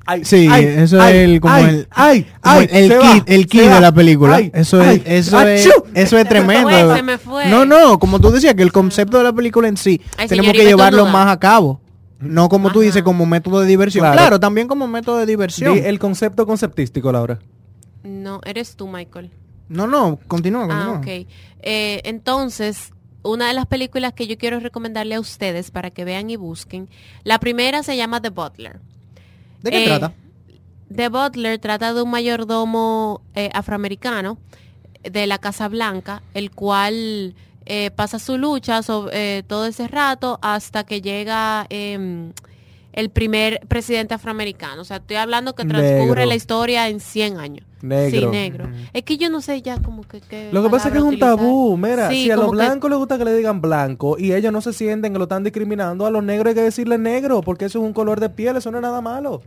Speaker 3: Ay,
Speaker 2: Sí, eso es el- como el-
Speaker 3: ay,
Speaker 2: Como
Speaker 3: ay,
Speaker 2: el
Speaker 3: se va,
Speaker 2: kit, el
Speaker 3: se
Speaker 2: kit
Speaker 3: va.
Speaker 2: de la película.
Speaker 3: Ay,
Speaker 2: eso
Speaker 3: ay,
Speaker 2: es, eso es,
Speaker 3: achú.
Speaker 2: eso es tremendo.
Speaker 4: fue, se me fue.
Speaker 2: No, no, como tú decías, que el concepto de la película en sí
Speaker 4: Ay,
Speaker 2: tenemos que
Speaker 4: señorita,
Speaker 2: llevarlo
Speaker 4: estornuda.
Speaker 2: más a cabo. No como tú
Speaker 4: Ajá.
Speaker 2: dices, como método de diversión.
Speaker 3: Claro.
Speaker 2: Claro, también como método de diversión.
Speaker 3: Di el concepto conceptístico, Laura.
Speaker 4: No, eres tú, Michael.
Speaker 2: No, no, continúa,
Speaker 4: Ah,
Speaker 2: continúa.
Speaker 4: ok. Eh, entonces, una de las películas que yo quiero recomendarle a ustedes para que vean y busquen, la primera se llama The Butler.
Speaker 2: ¿De qué
Speaker 4: Eh,
Speaker 2: trata?
Speaker 4: The Butler trata de un mayordomo eh, afroamericano de la Casa Blanca, el cual eh, pasa su lucha so- eh, todo ese rato hasta que llega eh, el primer presidente afroamericano. O sea, estoy hablando que transcurre
Speaker 3: Negro.
Speaker 4: la historia en 100 años.
Speaker 3: Negro.
Speaker 4: Sí, negro. Es que yo no sé ya como que... qué
Speaker 3: Lo que pasa es que es un
Speaker 4: palabra
Speaker 3: tabú,
Speaker 4: utilizar.
Speaker 3: mira,
Speaker 4: Sí,
Speaker 3: si a los
Speaker 4: como que-
Speaker 3: blancos les gusta que le digan blanco y ellos no se sienten que lo *laughs* están discriminando, a los negros hay que decirle negro, porque eso es un color de piel, eso no es nada malo.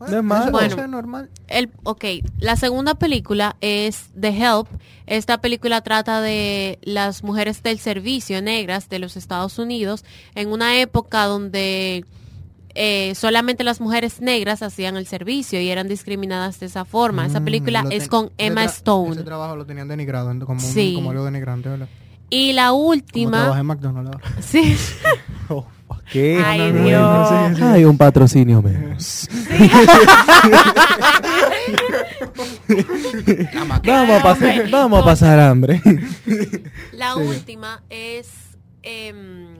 Speaker 3: No es malo.
Speaker 2: eso-
Speaker 4: Bueno.
Speaker 2: eso es normal.
Speaker 4: El, ok, la segunda película es The Help. Esta película trata de las mujeres del servicio negras de los Estados Unidos en una época donde eh, solamente las mujeres negras hacían el servicio y eran discriminadas de esa forma. Esa
Speaker 2: Mm,
Speaker 4: película
Speaker 2: lo
Speaker 4: es
Speaker 2: ten-
Speaker 4: con
Speaker 2: ese
Speaker 4: Emma
Speaker 2: tra-
Speaker 4: Stone.
Speaker 2: Ese trabajo lo tenían denigrado en- como, un-
Speaker 4: Sí.
Speaker 2: como algo denigrante, ¿verdad? Como
Speaker 4: Y la
Speaker 2: trabajé
Speaker 4: última...
Speaker 2: en McDonald's ahora.
Speaker 4: *laughs* Sí.
Speaker 3: Oh, ¿Qué?
Speaker 4: Ay,
Speaker 2: no, no,
Speaker 4: Dios.
Speaker 2: no, sí, sí.
Speaker 3: Hay un patrocinio menos. vamos, a pasar, vamos a pasar hambre.
Speaker 4: La última es em,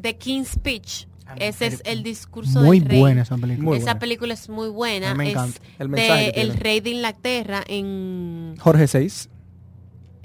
Speaker 4: The King's Speech.
Speaker 2: Ah,
Speaker 4: Ese es el discurso
Speaker 2: Muy
Speaker 4: del rey.
Speaker 2: buena esa película.
Speaker 3: Muy
Speaker 4: esa
Speaker 3: buena.
Speaker 4: película es muy buena.
Speaker 2: A mí me
Speaker 4: es
Speaker 2: encanta.
Speaker 3: El
Speaker 4: de
Speaker 3: mensaje que
Speaker 4: el
Speaker 3: tiene.
Speaker 4: rey de Inglaterra en
Speaker 3: Jorge 6.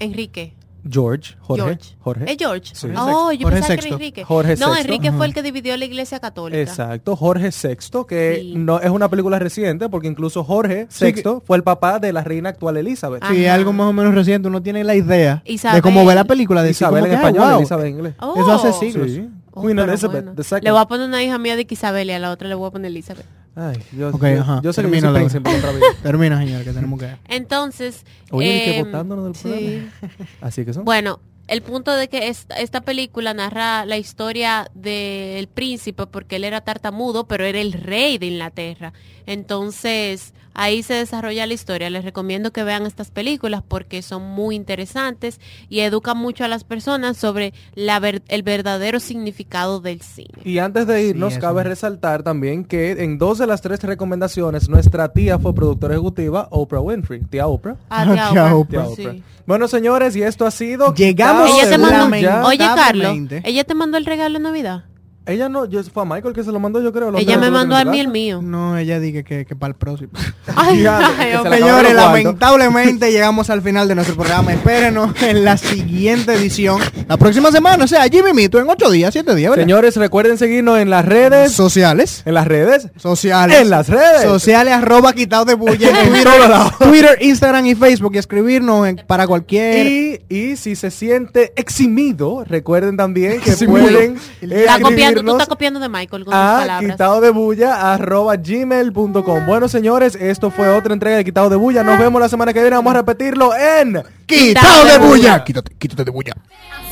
Speaker 4: Enrique.
Speaker 3: George. Jorge.
Speaker 4: George.
Speaker 3: Jorge.
Speaker 4: ¿Es George?
Speaker 3: ¿Eh? Sí.
Speaker 4: Oh, yo
Speaker 2: Jorge
Speaker 4: pensaba que
Speaker 2: VI.
Speaker 4: era Enrique.
Speaker 3: Jorge
Speaker 4: no,
Speaker 3: VI.
Speaker 4: Enrique
Speaker 2: Ajá.
Speaker 4: fue el que dividió la iglesia católica.
Speaker 3: Exacto, Jorge VI, que
Speaker 4: Sí.
Speaker 3: no es una película reciente, porque incluso Jorge
Speaker 2: Sí,
Speaker 3: VI fue el papá de la reina actual Elizabeth.
Speaker 4: Ah,
Speaker 2: Sí,
Speaker 4: Ajá.
Speaker 2: algo más o menos reciente. Uno tiene la idea
Speaker 4: Isabel.
Speaker 2: de cómo ve la película. De decir
Speaker 3: Isabel
Speaker 2: como
Speaker 3: en
Speaker 2: que, ay,
Speaker 3: español,
Speaker 2: wow.
Speaker 3: Elizabeth en inglés.
Speaker 4: Oh.
Speaker 2: Eso hace siglos.
Speaker 3: Sí.
Speaker 4: Oh,
Speaker 3: Queen
Speaker 4: pero
Speaker 3: Elizabeth
Speaker 4: bueno.
Speaker 3: the second.
Speaker 4: Le voy a poner una hija mía de que Isabel y a la otra le voy a poner Elizabeth.
Speaker 3: Ay, yo,
Speaker 2: Ok,
Speaker 3: yo,
Speaker 2: ajá,
Speaker 3: yo soy
Speaker 2: termina,
Speaker 3: Lucy
Speaker 2: Laura.
Speaker 3: Príncipe en otra vida.
Speaker 2: *laughs* Termina, señor, que tenemos que...
Speaker 4: Entonces...
Speaker 3: Oye, ni que
Speaker 4: em,
Speaker 3: votándonos del
Speaker 4: sí.
Speaker 3: programa. Así que son.
Speaker 4: Bueno, el punto de que esta, esta película narra la historia del príncipe, porque él era tartamudo, pero era el rey de Inglaterra. Entonces, ahí se desarrolla la historia. Les recomiendo que vean estas películas porque son muy interesantes y educan mucho a las personas sobre la ver- el verdadero significado del cine.
Speaker 3: Y antes de irnos,
Speaker 2: eso
Speaker 3: cabe
Speaker 2: es.
Speaker 3: resaltar también que en dos de las tres recomendaciones, nuestra tía fue productora ejecutiva, Oprah Winfrey. Tía Oprah.
Speaker 4: Ah,
Speaker 2: Tía
Speaker 4: Oprah,
Speaker 2: Oprah.
Speaker 3: Tía
Speaker 4: sí.
Speaker 3: Oprah. Bueno, señores, y esto ha sido...
Speaker 2: Llegamos
Speaker 4: Ella te
Speaker 3: Caos
Speaker 4: mandó-
Speaker 3: Según ya.
Speaker 2: Lamentablemente.
Speaker 4: oye, Carlos, ella te mandó el regalo de Navidad.
Speaker 3: Ella no, yo, fue a Michael que se lo mandó, yo creo. lo
Speaker 4: Ella
Speaker 3: creo que
Speaker 4: me
Speaker 3: lo
Speaker 4: mandó
Speaker 3: tiene
Speaker 4: a
Speaker 3: en su
Speaker 4: mí el
Speaker 3: casa.
Speaker 4: mío.
Speaker 2: No, ella dije que, que para el próximo.
Speaker 4: Ay, *laughs*
Speaker 3: Fíjate, que
Speaker 2: *laughs*
Speaker 4: ay,
Speaker 3: se la
Speaker 4: Oprah.
Speaker 3: acabaron
Speaker 2: Señores,
Speaker 3: los cuartos. *laughs*
Speaker 2: lamentablemente llegamos al final de nuestro programa. Espérenos en la siguiente edición. La próxima semana, o sea, allí mimito en ocho días, siete días, ¿verdad?
Speaker 3: Señores, recuerden seguirnos en las redes.
Speaker 2: Sociales.
Speaker 3: En las redes.
Speaker 2: Sociales.
Speaker 3: En las redes.
Speaker 2: Sociales, arroba quitado de bulla.
Speaker 3: *laughs* En
Speaker 2: Twitter,
Speaker 3: todo lado.
Speaker 2: Twitter, Instagram y Facebook. Y escribirnos en- para cualquier...
Speaker 3: Y, y si se siente eximido, recuerden también que
Speaker 2: Eximido.
Speaker 3: pueden
Speaker 4: Está copiando, tú
Speaker 3: escribirnos
Speaker 4: estás copiando de Michael con tus
Speaker 3: a
Speaker 4: palabras.
Speaker 3: quitado de bulla arroba gmail.com. Bueno, señores, esto fue otra entrega de quitado de bulla. Nos vemos la semana que viene. Vamos a repetirlo en
Speaker 2: Quitado de bulla. Quítate, quítate de bulla.
Speaker 1: I'm